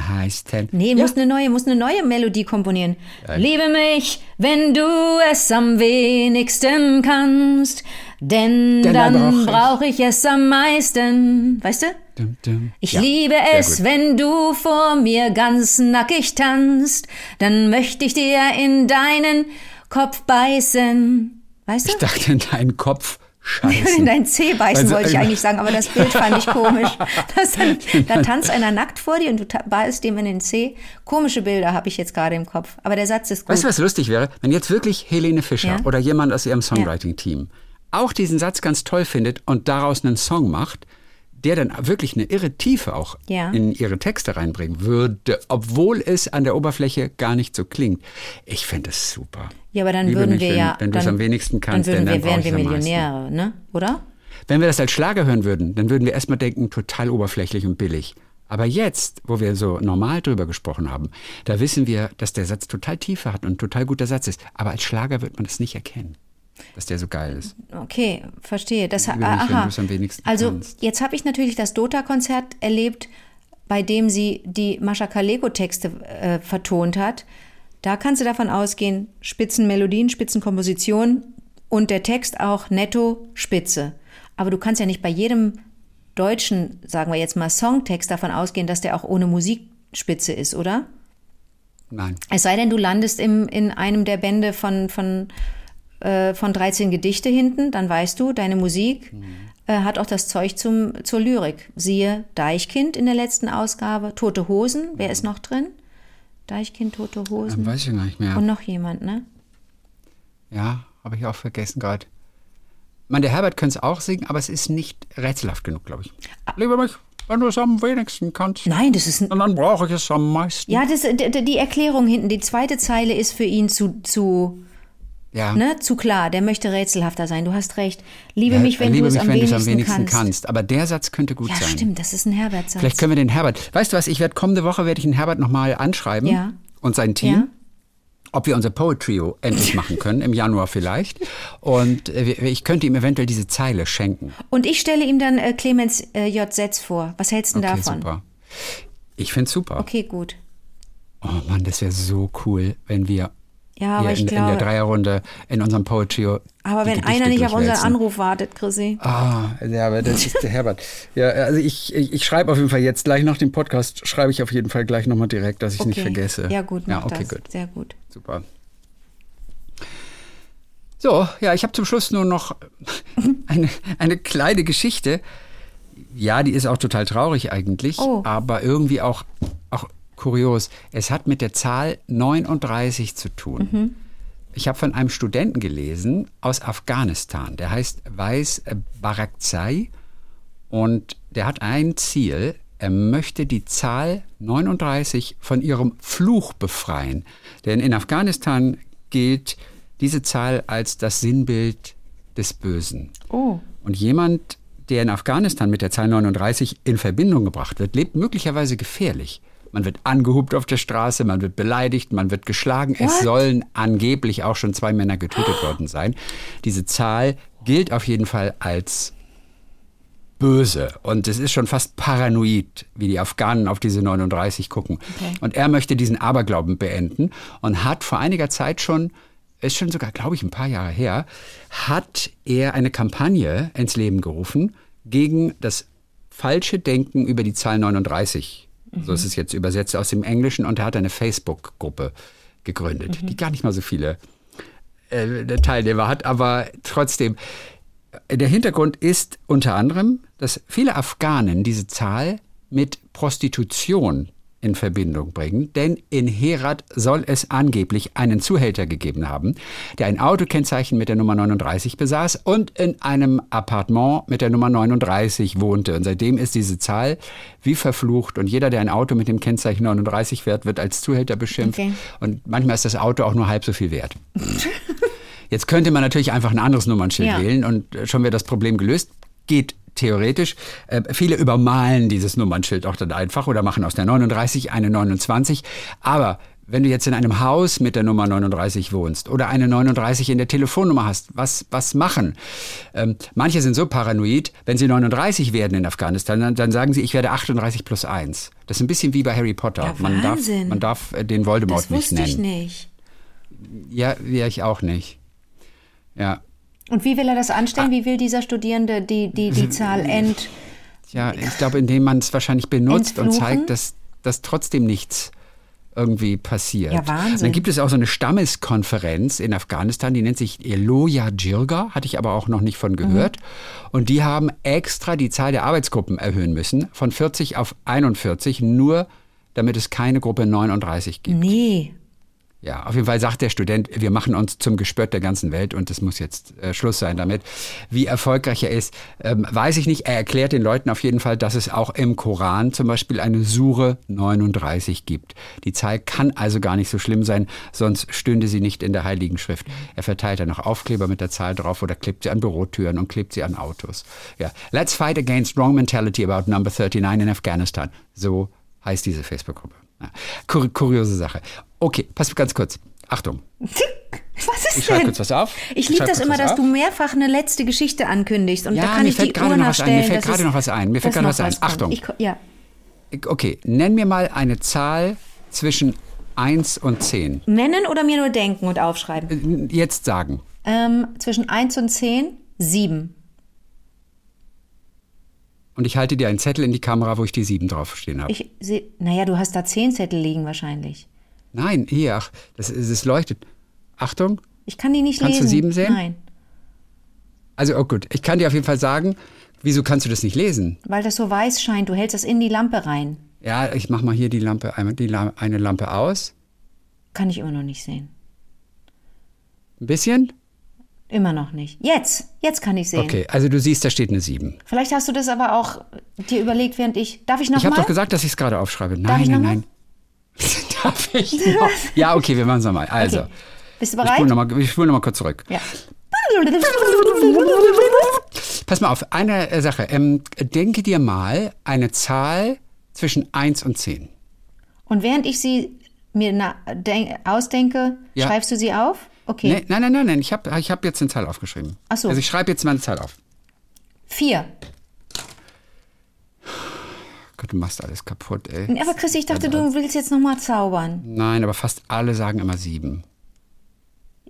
Speaker 2: meisten.
Speaker 3: nee, muss eine neue, muss eine neue Melodie komponieren. Liebe mich, wenn du es am wenigsten kannst, denn,
Speaker 2: Denn dann
Speaker 3: dann,
Speaker 2: brauch
Speaker 3: brauche ich. es am meisten. Weißt du?
Speaker 2: Dum, dum.
Speaker 3: Ich
Speaker 2: Ja,
Speaker 3: liebe
Speaker 2: sehr
Speaker 3: es,
Speaker 2: gut.
Speaker 3: wenn du vor mir ganz nackig tanzt, dann möchte ich dir in deinen Kopf beißen. Weißt du?
Speaker 2: Ich dachte in deinen Kopf.
Speaker 3: Und
Speaker 2: Scheiße.
Speaker 3: in dein Zeh beißen
Speaker 2: Also,
Speaker 3: wollte ich
Speaker 2: ähm,
Speaker 3: eigentlich sagen, aber das Bild fand ich komisch. Das dann, da tanzt einer nackt vor dir und du ta- beißt dem in den Zeh. Komische Bilder habe ich jetzt gerade im Kopf. Aber der Satz ist gut.
Speaker 2: Weißt du, was lustig wäre? Wenn jetzt wirklich Helene Fischer
Speaker 3: Ja.
Speaker 2: oder jemand aus ihrem Songwriting-Team auch diesen Satz ganz toll findet und daraus einen Song macht, der dann wirklich eine irre Tiefe auch
Speaker 3: Ja.
Speaker 2: in ihre Texte reinbringen würde, obwohl es an der Oberfläche gar nicht so klingt. Ich fände es super.
Speaker 3: Ja, aber dann
Speaker 2: Liebe
Speaker 3: würden
Speaker 2: mich,
Speaker 3: wir
Speaker 2: wenn,
Speaker 3: ja.
Speaker 2: Wenn du es am wenigsten kannst, denn
Speaker 3: dann, würden
Speaker 2: dann
Speaker 3: wir,
Speaker 2: brauche
Speaker 3: wären wir
Speaker 2: ich am meisten.
Speaker 3: Millionäre, ne? Oder?
Speaker 2: Wenn wir das als Schlager hören würden, dann würden wir erstmal denken, total oberflächlich und billig. Aber jetzt, wo wir so normal drüber gesprochen haben, da wissen wir, dass der Satz total Tiefe hat und ein total guter Satz ist. Aber als Schlager wird man das nicht erkennen, dass der so geil ist.
Speaker 3: Okay, verstehe. Das,
Speaker 2: Liebe mich, wenn
Speaker 3: aha.
Speaker 2: du es am wenigsten
Speaker 3: also
Speaker 2: kannst.
Speaker 3: jetzt habe ich natürlich das Dota-Konzert erlebt, bei dem sie die Mascha Kaleko-Texte äh, vertont hat. Da kannst du davon ausgehen, Spitzenmelodien, Spitzenkomposition und der Text auch netto spitze. Aber du kannst ja nicht bei jedem deutschen, sagen wir jetzt mal, Songtext davon ausgehen, dass der auch ohne Musik spitze ist, oder?
Speaker 2: Nein.
Speaker 3: Es sei denn, du landest im, in einem der Bände von, von, äh, von 13 Gedichte hinten, dann weißt du, deine Musik
Speaker 2: Mhm.
Speaker 3: äh, hat auch das Zeug zum, zur Lyrik. Siehe Deichkind in der letzten Ausgabe, Tote Hosen, wer
Speaker 2: Mhm.
Speaker 3: ist noch drin? Deichkind, Tote Hosen
Speaker 2: Dann weiß ich gar nicht mehr.
Speaker 3: und noch jemand, ne?
Speaker 2: Ja, habe ich auch vergessen gerade. Man, der Herbert könnte es auch singen, aber es ist nicht rätselhaft genug, glaube ich. Liebe mich, wenn du es am wenigsten kannst,
Speaker 3: Nein, das ist ein
Speaker 2: und dann brauche ich es am meisten.
Speaker 3: ja, das, d- d- die Erklärung hinten, die zweite Zeile ist für ihn zu, zu,
Speaker 2: Ja.
Speaker 3: ne, zu klar. Der möchte rätselhafter sein. Du hast recht. Liebe
Speaker 2: Ja,
Speaker 3: mich, wenn
Speaker 2: liebe
Speaker 3: du es
Speaker 2: mich,
Speaker 3: am,
Speaker 2: wenn du
Speaker 3: wenigsten
Speaker 2: es am wenigsten
Speaker 3: kannst.
Speaker 2: kannst. Aber der Satz könnte gut
Speaker 3: Ja,
Speaker 2: sein.
Speaker 3: stimmt, das ist ein Herbert-Satz.
Speaker 2: Vielleicht können wir den Herbert. Weißt du was? Ich werde kommende Woche werde ich den Herbert nochmal anschreiben
Speaker 3: Ja.
Speaker 2: und sein Team.
Speaker 3: Ja.
Speaker 2: Ob wir unser Poetrio endlich machen können, im Januar vielleicht. Und äh, wir- ich könnte ihm eventuell diese Zeile schenken.
Speaker 3: Und ich stelle ihm dann äh, Clemens äh, J. Setz vor. Was hältst du denn
Speaker 2: Okay,
Speaker 3: davon?
Speaker 2: super. Ich finde super.
Speaker 3: Okay, gut.
Speaker 2: Oh Mann, das wäre so cool, wenn wir
Speaker 3: Ja, aber
Speaker 2: hier
Speaker 3: ich
Speaker 2: in, in der
Speaker 3: glaube-
Speaker 2: Dreierrunde in unserem Poetrio.
Speaker 3: Aber
Speaker 2: die
Speaker 3: wenn
Speaker 2: Gedichte
Speaker 3: einer nicht auf unseren
Speaker 2: durchwälzen.
Speaker 3: Anruf wartet, Chrissy.
Speaker 2: Ah, ja, aber das ist der Herbert. Ja, also ich, ich, ich schreibe auf jeden Fall jetzt gleich nach dem Podcast, schreibe ich auf jeden Fall gleich nochmal direkt, dass ich
Speaker 3: okay.
Speaker 2: nicht vergesse.
Speaker 3: Ja, gut, mach
Speaker 2: Ja, okay,
Speaker 3: das.
Speaker 2: gut.
Speaker 3: Sehr gut.
Speaker 2: Super. So, ja, ich habe zum Schluss nur noch eine, eine kleine Geschichte. Ja, die ist auch total traurig eigentlich,
Speaker 3: Oh.
Speaker 2: aber irgendwie auch, auch kurios. Es hat mit der Zahl 39 zu tun. Ich habe von einem Studenten gelesen aus Afghanistan. Der heißt Weiß Barakzai und der hat ein Ziel. Er möchte die Zahl 39 von ihrem Fluch befreien. Denn in Afghanistan gilt diese Zahl als das Sinnbild des Bösen.
Speaker 3: Oh.
Speaker 2: Und jemand, der in Afghanistan mit der Zahl 39 in Verbindung gebracht wird, lebt möglicherweise gefährlich. Man wird angehupt auf der Straße, man wird beleidigt, man wird geschlagen. Es sollen angeblich auch schon zwei Männer getötet worden sein. Diese Zahl gilt auf jeden Fall als böse und es ist schon fast paranoid, wie die Afghanen auf diese 39 gucken. Und er möchte diesen Aberglauben beenden und hat vor einiger Zeit schon, ist schon sogar, glaube ich, ein paar Jahre her, hat er eine Kampagne ins Leben gerufen gegen das falsche Denken über die Zahl 39. So ist es jetzt übersetzt aus dem Englischen und er hat eine Facebook-Gruppe gegründet, die gar nicht mal so viele äh, Teilnehmer hat, aber trotzdem. äh, Der Hintergrund ist unter anderem, dass viele Afghanen diese Zahl mit Prostitution in Verbindung bringen, denn in Herat soll es angeblich einen Zuhälter gegeben haben, der ein Autokennzeichen mit der Nummer 39 besaß und in einem Appartement mit der Nummer 39 wohnte. Und seitdem ist diese Zahl wie verflucht und jeder, der ein Auto mit dem Kennzeichen 39 fährt, wird als Zuhälter beschimpft.
Speaker 3: Okay.
Speaker 2: Und manchmal ist das Auto auch nur halb so viel wert. Jetzt könnte man natürlich einfach ein anderes Nummernschild
Speaker 3: Ja.
Speaker 2: wählen und äh, schon wäre das Problem gelöst. Geht theoretisch. Äh, viele übermalen dieses Nummernschild auch dann einfach oder machen aus der 39 eine 29. Aber wenn du jetzt in einem Haus mit der Nummer 39 wohnst oder eine 39 in der Telefonnummer hast, was, was machen? Ähm, manche sind so paranoid, wenn sie 39 werden in Afghanistan, dann, dann sagen sie, ich werde 38 plus 1. Das ist ein bisschen wie bei Harry Potter.
Speaker 3: Ja,
Speaker 2: man, darf,
Speaker 3: Wahnsinn.
Speaker 2: man darf äh, den Voldemort
Speaker 3: Das
Speaker 2: nicht
Speaker 3: wusste
Speaker 2: nennen.
Speaker 3: ich nicht.
Speaker 2: Ja, ja, ich auch nicht. Ja,
Speaker 3: Und wie will er das
Speaker 2: Ah.
Speaker 3: anstellen? Wie will dieser Studierende die, die, die Zahl end?
Speaker 2: Ja, ich glaube, indem man es wahrscheinlich benutzt und
Speaker 3: Entfluchen?
Speaker 2: zeigt, dass, dass trotzdem nichts irgendwie passiert.
Speaker 3: Ja, Wahnsinn.
Speaker 2: Dann gibt es auch so eine Stammeskonferenz in Afghanistan, die nennt sich Eloya Jirga, hatte ich aber auch noch nicht
Speaker 3: Mhm.
Speaker 2: von gehört. Und die haben extra die Zahl der Arbeitsgruppen erhöhen müssen, von 40 auf 41, nur damit es keine Gruppe 39 gibt.
Speaker 3: Nee.
Speaker 2: Ja, auf jeden Fall sagt der Student, wir machen uns zum Gespött der ganzen Welt und es muss jetzt äh, Schluss sein damit. Wie erfolgreich er ist, ähm, weiß ich nicht. Er erklärt den Leuten auf jeden Fall, dass es auch im Koran zum Beispiel eine Sure 39 gibt. Die Zahl kann also gar nicht so schlimm sein, sonst stünde sie nicht in der Heiligen Schrift. Er verteilt dann noch Aufkleber mit der Zahl drauf oder klebt sie an Bürotüren und klebt sie an Autos. Ja, let's fight against wrong mentality about number 39 in Afghanistan. So heißt diese Facebook-Gruppe. Ja. Kur kuriose Sache. Okay, pass ganz kurz. Achtung.
Speaker 3: Was ist
Speaker 2: Ich schreibe
Speaker 3: denn?
Speaker 2: kurz was auf.
Speaker 3: Ich liebe
Speaker 2: schreibe
Speaker 3: das
Speaker 2: kurz
Speaker 3: immer,
Speaker 2: was
Speaker 3: dass
Speaker 2: auf.
Speaker 3: du mehrfach eine letzte Geschichte ankündigst und
Speaker 2: Ja,
Speaker 3: da kann
Speaker 2: mir
Speaker 3: ich
Speaker 2: fällt
Speaker 3: die
Speaker 2: gerade
Speaker 3: Uhr
Speaker 2: noch was ein. Mir
Speaker 3: nachstellen.
Speaker 2: fällt
Speaker 3: dass
Speaker 2: gerade
Speaker 3: es-
Speaker 2: noch was ein. Mir fällt
Speaker 3: dass
Speaker 2: gerade
Speaker 3: noch
Speaker 2: was ein.
Speaker 3: was kommt.
Speaker 2: Achtung.
Speaker 3: Ich, ko- ja.
Speaker 2: Okay, nenn mir mal eine Zahl zwischen 1 und 10.
Speaker 3: Nennen oder mir nur denken und aufschreiben?
Speaker 2: Jetzt sagen.
Speaker 3: Ähm, zwischen 1 und 10, 7.
Speaker 2: Und ich halte dir einen Zettel in die Kamera, wo ich die 7 draufstehen habe.
Speaker 3: Ich sehe, naja, du hast da 10 Zettel liegen wahrscheinlich.
Speaker 2: Nein, hier, ach, das, ist- es leuchtet. Achtung.
Speaker 3: Ich kann die nicht
Speaker 2: Kannst du
Speaker 3: lesen.
Speaker 2: sieben sehen?
Speaker 3: Nein,
Speaker 2: Also, oh gut, ich kann dir auf jeden Fall sagen, wieso kannst du das nicht lesen?
Speaker 3: weil das so weiß scheint. Du hältst das in die Lampe rein.
Speaker 2: Ja, ich mach mal hier die Lampe, einmal die La eine Lampe aus.
Speaker 3: Kann ich immer noch nicht sehen.
Speaker 2: Ein bisschen?
Speaker 3: Immer noch nicht. Jetzt, jetzt kann ich sehen.
Speaker 2: Okay, also du siehst, da steht eine 7.
Speaker 3: Vielleicht hast du das aber auch dir überlegt, während ich. Darf ich
Speaker 2: Ich habe
Speaker 3: nochmal?
Speaker 2: doch gesagt, dass ich es gerade aufschreibe. Nein,
Speaker 3: ich
Speaker 2: nein,
Speaker 3: noch mal?
Speaker 2: nein. Darf ich noch? Ja, okay, wir machen es nochmal. Also,
Speaker 3: Okay. Bist du
Speaker 2: ich spule
Speaker 3: bereit?
Speaker 2: nochmal spul noch mal kurz zurück.
Speaker 3: Ja.
Speaker 2: Pass mal auf, eine äh, Sache. Ähm, denke dir mal eine Zahl zwischen 1 und 10.
Speaker 3: Und während ich sie mir na, denk, ausdenke,
Speaker 2: Ja.
Speaker 3: schreibst du sie auf? Okay.
Speaker 2: Nee, nein, nein, nein, nein. Ich habe ich hab jetzt eine Zahl aufgeschrieben.
Speaker 3: Ach so.
Speaker 2: Also ich schreibe jetzt mal eine Zahl auf.
Speaker 3: Vier.
Speaker 2: Gott, du machst alles kaputt, ey.
Speaker 3: Aber Chris, ich dachte,
Speaker 2: Also halt.
Speaker 3: du willst jetzt nochmal zaubern.
Speaker 2: Nein, aber fast alle sagen immer 7.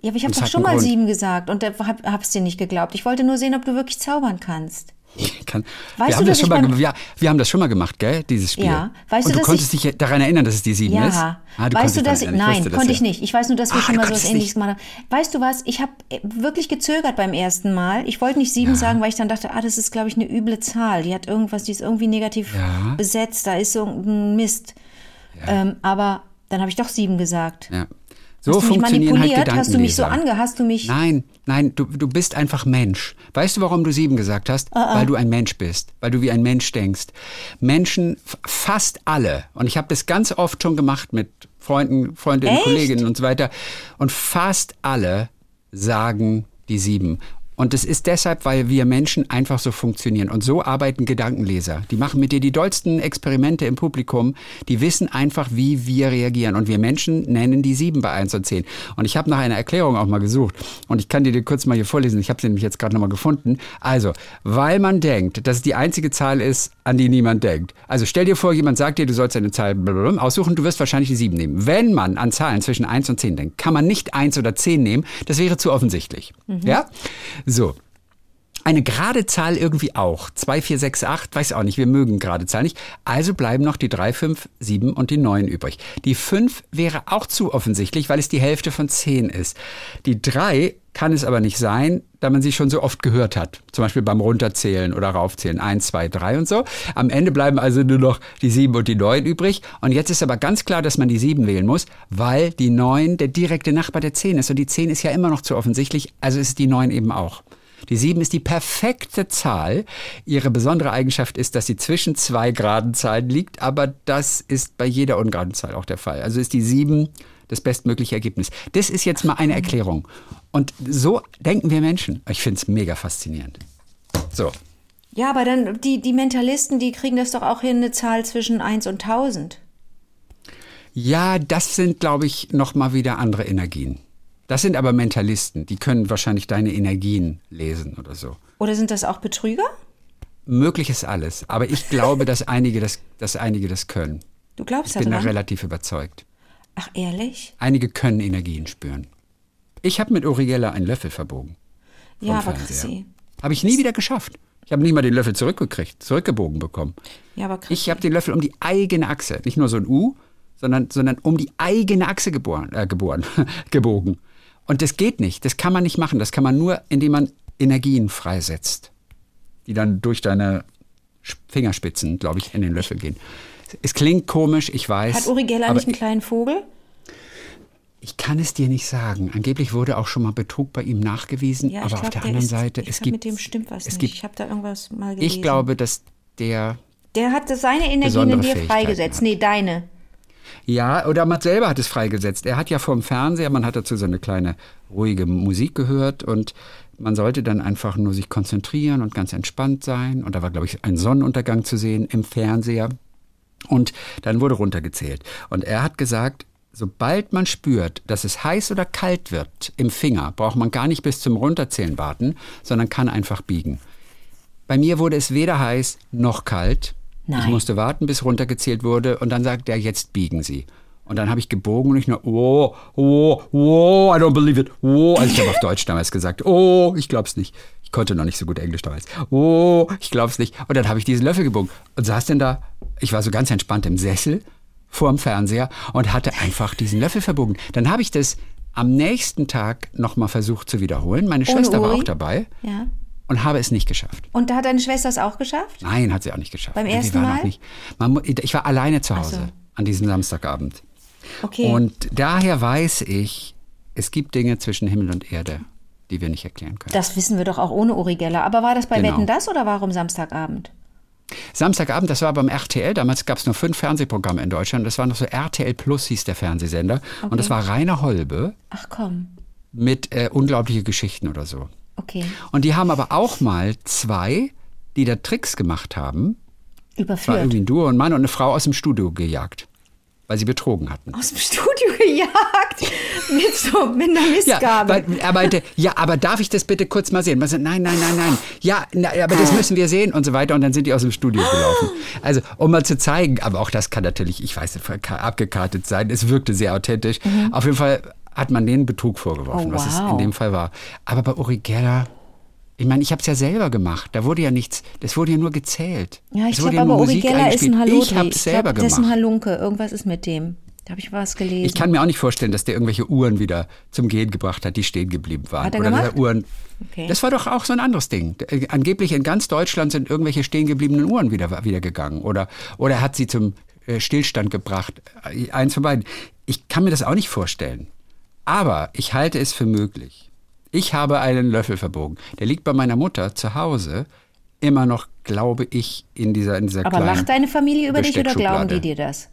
Speaker 3: Ja, aber ich habe
Speaker 2: Das
Speaker 3: doch
Speaker 2: hat
Speaker 3: schon
Speaker 2: einen
Speaker 3: mal
Speaker 2: Grund.
Speaker 3: sieben gesagt und da hab, hab's dir nicht geglaubt. Ich wollte nur sehen, ob du wirklich zaubern kannst.
Speaker 2: Kann,
Speaker 3: Weißt
Speaker 2: wir, haben
Speaker 3: du, dass
Speaker 2: das schon
Speaker 3: ich
Speaker 2: mal
Speaker 3: beim-
Speaker 2: gem- ja, wir haben das schon mal gemacht, gell, dieses Spiel.
Speaker 3: Ja. Weißt
Speaker 2: Und
Speaker 3: du,
Speaker 2: du
Speaker 3: dass
Speaker 2: konntest dich daran erinnern, dass es die 7 ist?
Speaker 3: Ja.
Speaker 2: Ah,
Speaker 3: weißt du,
Speaker 2: konntest
Speaker 3: dass
Speaker 2: daran
Speaker 3: ich,
Speaker 2: erinnern.
Speaker 3: nein,
Speaker 2: wusste das
Speaker 3: konnte
Speaker 2: ja.
Speaker 3: ich nicht. Ich weiß nur, dass wir
Speaker 2: Ah,
Speaker 3: schon
Speaker 2: du
Speaker 3: mal so was
Speaker 2: konntest
Speaker 3: ähnliches gemacht haben. Weißt du was? Ich habe wirklich gezögert beim ersten Mal. Ich wollte nicht sieben sagen, weil ich dann dachte, ah, das ist, glaube ich, eine üble Zahl. Die hat irgendwas, die ist irgendwie negativ
Speaker 2: Ja.
Speaker 3: besetzt. Da ist so ein Mist. Ähm, aber dann habe ich doch sieben gesagt.
Speaker 2: Ja. So
Speaker 3: hast du mich
Speaker 2: funktionieren halt
Speaker 3: manipuliert? hast du mich so
Speaker 2: Gedankenleser.
Speaker 3: ange? Hast du mich?
Speaker 2: Nein, nein, du, du bist einfach Mensch. Weißt du, warum du sieben gesagt hast? Weil du ein Mensch bist, weil du wie ein Mensch denkst. Menschen, f- fast alle, und ich habe das ganz oft schon gemacht mit Freunden, Freundinnen,
Speaker 3: Echt?
Speaker 2: Kolleginnen und so weiter, und fast alle sagen die sieben. Und das ist deshalb, weil wir Menschen einfach so funktionieren. Und so arbeiten Gedankenleser. Die machen mit dir die dollsten Experimente im Publikum. Die wissen einfach, wie wir reagieren. Und wir Menschen nennen die sieben bei 1 und 10. Und ich habe nach einer Erklärung auch mal gesucht. Und ich kann dir die kurz mal hier vorlesen. Ich habe sie nämlich jetzt gerade nochmal gefunden. Also, weil man denkt, dass es die einzige Zahl ist, an die niemand denkt. Also stell dir vor, jemand sagt dir, du sollst eine Zahl blablabla aussuchen, du wirst wahrscheinlich die 7 nehmen. Wenn man an Zahlen zwischen 1 und 10 denkt, kann man nicht 1 oder 10 nehmen. Das wäre zu offensichtlich. Ja? So. Eine gerade Zahl irgendwie auch. 2, 4, 6, 8, weiß auch nicht, wir mögen gerade Zahlen nicht. Also bleiben noch die 3, 5, 7 und die 9 übrig. Die 5 wäre auch zu offensichtlich, weil es die Hälfte von 10 ist. Die 3 kann es aber nicht sein, da man sie schon so oft gehört hat. Zum Beispiel beim Runterzählen oder Raufzählen. 1, 2, 3 und so. Am Ende bleiben also nur noch die 7 und die 9 übrig. Und jetzt ist aber ganz klar, dass man die 7 wählen muss, weil die 9 der direkte Nachbar der 10 ist. Und die 10 ist ja immer noch zu offensichtlich, also ist die 9 eben auch. Die 7 ist die perfekte Zahl. Ihre besondere Eigenschaft ist, dass sie zwischen zwei geraden Zahlen liegt, aber das ist bei jeder ungeraden Zahl auch der Fall. Also ist die 7 das bestmögliche Ergebnis. Das ist jetzt mal eine Erklärung. Und so denken wir Menschen. Ich finde es mega faszinierend. So,
Speaker 3: Ja, aber dann die, die Mentalisten, die kriegen das doch auch hin, eine Zahl zwischen 1 und 1000.
Speaker 2: Ja, das sind, glaube ich, nochmal wieder andere Energien. Das sind aber Mentalisten, die können wahrscheinlich deine Energien lesen oder so.
Speaker 3: Oder sind das auch Betrüger?
Speaker 2: Möglich ist alles, aber ich glaube, dass einige das, dass einige das können.
Speaker 3: Du glaubst
Speaker 2: Ich bin da
Speaker 3: daran?
Speaker 2: relativ überzeugt.
Speaker 3: Ach, ehrlich?
Speaker 2: Einige können Energien spüren. Ich habe mit Uriella einen Löffel verbogen. vom
Speaker 3: Ja, aber
Speaker 2: Fernseher.
Speaker 3: Chrissy.
Speaker 2: Habe ich nie wieder geschafft. Ich habe nicht mal den Löffel zurückgekriegt, zurückgebogen bekommen.
Speaker 3: Ja, aber Chrissy.
Speaker 2: Ich habe den Löffel um die eigene Achse, nicht nur so ein U, sondern, sondern um die eigene Achse geboren, äh, geboren, gebogen. Und das geht nicht, das kann man nicht machen, das kann man nur, indem man Energien freisetzt, die dann durch deine Sch- Fingerspitzen, glaube ich, in den Löffel gehen. Es klingt komisch, ich weiß.
Speaker 3: Hat Uri Geller
Speaker 2: aber
Speaker 3: nicht einen kleinen Vogel?
Speaker 2: Ich kann es dir nicht sagen. Angeblich wurde auch schon mal Betrug bei ihm nachgewiesen,
Speaker 6: Ja, ich
Speaker 2: aber
Speaker 6: glaub,
Speaker 2: auf der,
Speaker 6: der
Speaker 2: anderen
Speaker 6: ist-
Speaker 2: Seite,
Speaker 6: ich
Speaker 2: es
Speaker 6: glaub,
Speaker 2: gibt.
Speaker 6: mit dem stimmt was
Speaker 2: es
Speaker 6: nicht.
Speaker 2: Gibt,
Speaker 6: Ich hab da irgendwas mal
Speaker 2: ich
Speaker 6: gelesen.
Speaker 2: glaube, dass der.
Speaker 6: Der hat seine Energie
Speaker 2: Besondere
Speaker 6: in dir
Speaker 2: Fähigkeiten
Speaker 6: freigesetzt.
Speaker 2: hat.
Speaker 6: Nee, deine.
Speaker 2: Ja, oder man selber hat es freigesetzt. Er hat ja vom Fernseher, man hat dazu so eine kleine ruhige Musik gehört und man sollte dann einfach nur sich konzentrieren und ganz entspannt sein. Und da war, glaube ich, ein Sonnenuntergang zu sehen im Fernseher. Und dann wurde runtergezählt. Und er hat gesagt, sobald man spürt, dass es heiß oder kalt wird im Finger, braucht man gar nicht bis zum Runterzählen warten, sondern kann einfach biegen. Bei mir wurde es weder heiß noch kalt. Ich
Speaker 6: Nein.
Speaker 2: musste warten, bis runtergezählt wurde und dann sagt er, jetzt biegen Sie. Und dann habe ich gebogen und ich nur, oh, oh, oh, I don't believe it, oh. Also ich habe auf Deutsch damals gesagt, oh, ich glaub's nicht. Ich konnte noch nicht so gut Englisch damals. Oh, ich glaub's nicht. Und dann habe ich diesen Löffel gebogen und saß denn da, ich war so ganz entspannt im Sessel vorm Fernseher und hatte einfach diesen Löffel verbogen. Dann habe ich das am nächsten Tag nochmal versucht zu wiederholen. Meine
Speaker 6: Ohne
Speaker 2: Schwester war
Speaker 6: Uri?
Speaker 2: auch dabei
Speaker 6: Ja.
Speaker 2: und habe es nicht geschafft.
Speaker 6: Und da hat deine Schwester es auch geschafft?
Speaker 2: Nein, hat sie auch nicht geschafft.
Speaker 6: Beim
Speaker 2: Sie
Speaker 6: ersten
Speaker 2: war noch
Speaker 6: Mal?
Speaker 2: Nicht. Man, mu- ich war alleine zu Hause
Speaker 6: so. Hm.
Speaker 2: an diesem Samstagabend.
Speaker 6: Okay.
Speaker 2: Und daher weiß ich, es gibt Dinge zwischen Himmel und Erde, die wir nicht erklären können.
Speaker 6: das wissen wir doch auch ohne Uri Geller. Aber war das bei
Speaker 2: Genau.
Speaker 6: Wetten das oder warum Samstagabend?
Speaker 2: Samstagabend, das war beim RTL, damals gab es nur fünf Fernsehprogramme in Deutschland. Das war noch so RTL Plus hieß der Fernsehsender. Und das war Rainer Holbe
Speaker 6: Ach komm.
Speaker 2: mit äh, Unglaubliche Geschichten oder so.
Speaker 6: Okay.
Speaker 2: Und die haben aber auch mal zwei, die da Tricks gemacht haben, war
Speaker 6: Überführt.
Speaker 2: irgendwie ein Duo, ein Mann und eine Frau aus dem Studio gejagt, weil sie betrogen hatten.
Speaker 6: Aus dem Studio gejagt. Mit so minder
Speaker 2: Ja,
Speaker 6: Missgabe.
Speaker 2: weil, er meinte, ja, aber darf ich das bitte kurz mal sehen? Man sagt, nein, nein, nein, nein. Ja, na, aber das müssen wir sehen und so weiter. Und dann sind die aus dem Studio
Speaker 6: Ah.
Speaker 2: gelaufen. Also, um mal zu zeigen, aber auch das kann natürlich, ich weiß nicht, abgekartet sein. Es wirkte sehr authentisch. Auf jeden Fall hat man denen Betrug vorgeworfen,
Speaker 6: Mhm. Oh,
Speaker 2: was es
Speaker 6: wow.
Speaker 2: in dem Fall war. Aber bei Uri Geller, ich meine, ich habe es ja selber gemacht. Da wurde ja nichts, das wurde ja nur gezählt.
Speaker 6: ja, ich
Speaker 2: Es wurde
Speaker 6: glaube, aber
Speaker 2: nur
Speaker 6: Uri
Speaker 2: Musik
Speaker 6: Geller ist ein
Speaker 2: eingespielt.
Speaker 6: Hallo.
Speaker 2: Ich habe es selber
Speaker 6: Der ist ein
Speaker 2: gemacht.
Speaker 6: Halunke. Irgendwas ist mit dem. Da habe ich was gelesen.
Speaker 2: Ich kann mir auch nicht vorstellen, dass der irgendwelche Uhren wieder zum Gehen gebracht hat, die stehen geblieben waren.
Speaker 6: Hat er
Speaker 2: Oder dass
Speaker 6: gemacht?
Speaker 2: Uhren.
Speaker 6: Okay.
Speaker 2: Das war doch auch so ein anderes Ding. Äh, Angeblich in ganz Deutschland sind irgendwelche stehen gebliebenen Uhren wieder, wieder gegangen. Oder, oder er hat sie zum äh, Stillstand gebracht. Äh, Eins von beiden. Ich kann mir das auch nicht vorstellen. Aber ich halte es für möglich. Ich habe einen Löffel verbogen. Der liegt bei meiner Mutter zu Hause immer noch, glaube ich, in dieser, in dieser
Speaker 6: aber
Speaker 2: kleinen
Speaker 6: lacht deine Familie über dich oder glauben
Speaker 2: Besteckschublade.
Speaker 6: die dir das?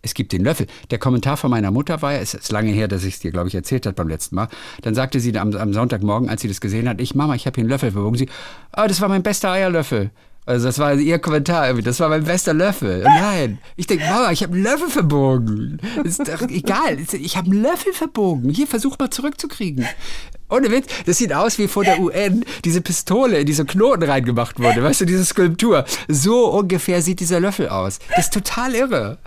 Speaker 2: Es gibt den Löffel. Der Kommentar von meiner Mutter war, es ist lange her, dass ich es dir, glaube ich, erzählt hat beim letzten Mal. Dann sagte sie am, am Sonntagmorgen, als sie das gesehen hat, ich Mama, ich habe hier einen Löffel verbogen. Sie, ah, das war mein bester Eierlöffel. Also das war ihr Kommentar irgendwie. Das war mein bester Löffel. Und nein, ich denke, Mama, ich habe einen Löffel verbogen. Ist doch egal, Ist- ich habe einen Löffel verbogen. Hier, versuch mal zurückzukriegen. Ohne Witz, das sieht aus wie vor der UN diese Pistole in diese Knoten reingemacht wurde. Weißt du, diese Skulptur. So ungefähr sieht dieser Löffel aus. Das ist total irre.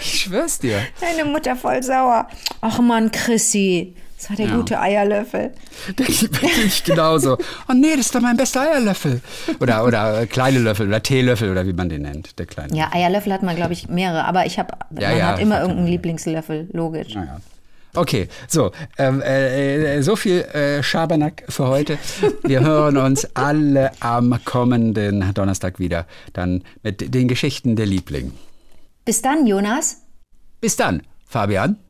Speaker 2: Ich schwör's dir.
Speaker 6: Deine Mutter voll sauer. Ach Mann, Chrissy. Das war der gute Eierlöffel.
Speaker 2: Denke ich genauso. Oh nee, das ist doch mein bester Eierlöffel. Oder, oder äh, kleine Löffel oder Teelöffel oder wie man den nennt, der kleine.
Speaker 3: Ja, Eierlöffel hat man, glaube ich, mehrere, aber ich habe,
Speaker 2: Ja,
Speaker 3: man
Speaker 2: ja,
Speaker 3: hat immer
Speaker 2: ich hab
Speaker 3: irgendeinen Lieblingslöffel, logisch.
Speaker 2: Naja. Ah Okay, so, ähm, äh, äh, so viel äh, Schabernack für heute. Wir hören uns alle am kommenden Donnerstag wieder, dann mit den Geschichten der Liebling.
Speaker 3: Bis dann, Jonas.
Speaker 2: Bis dann, Fabian.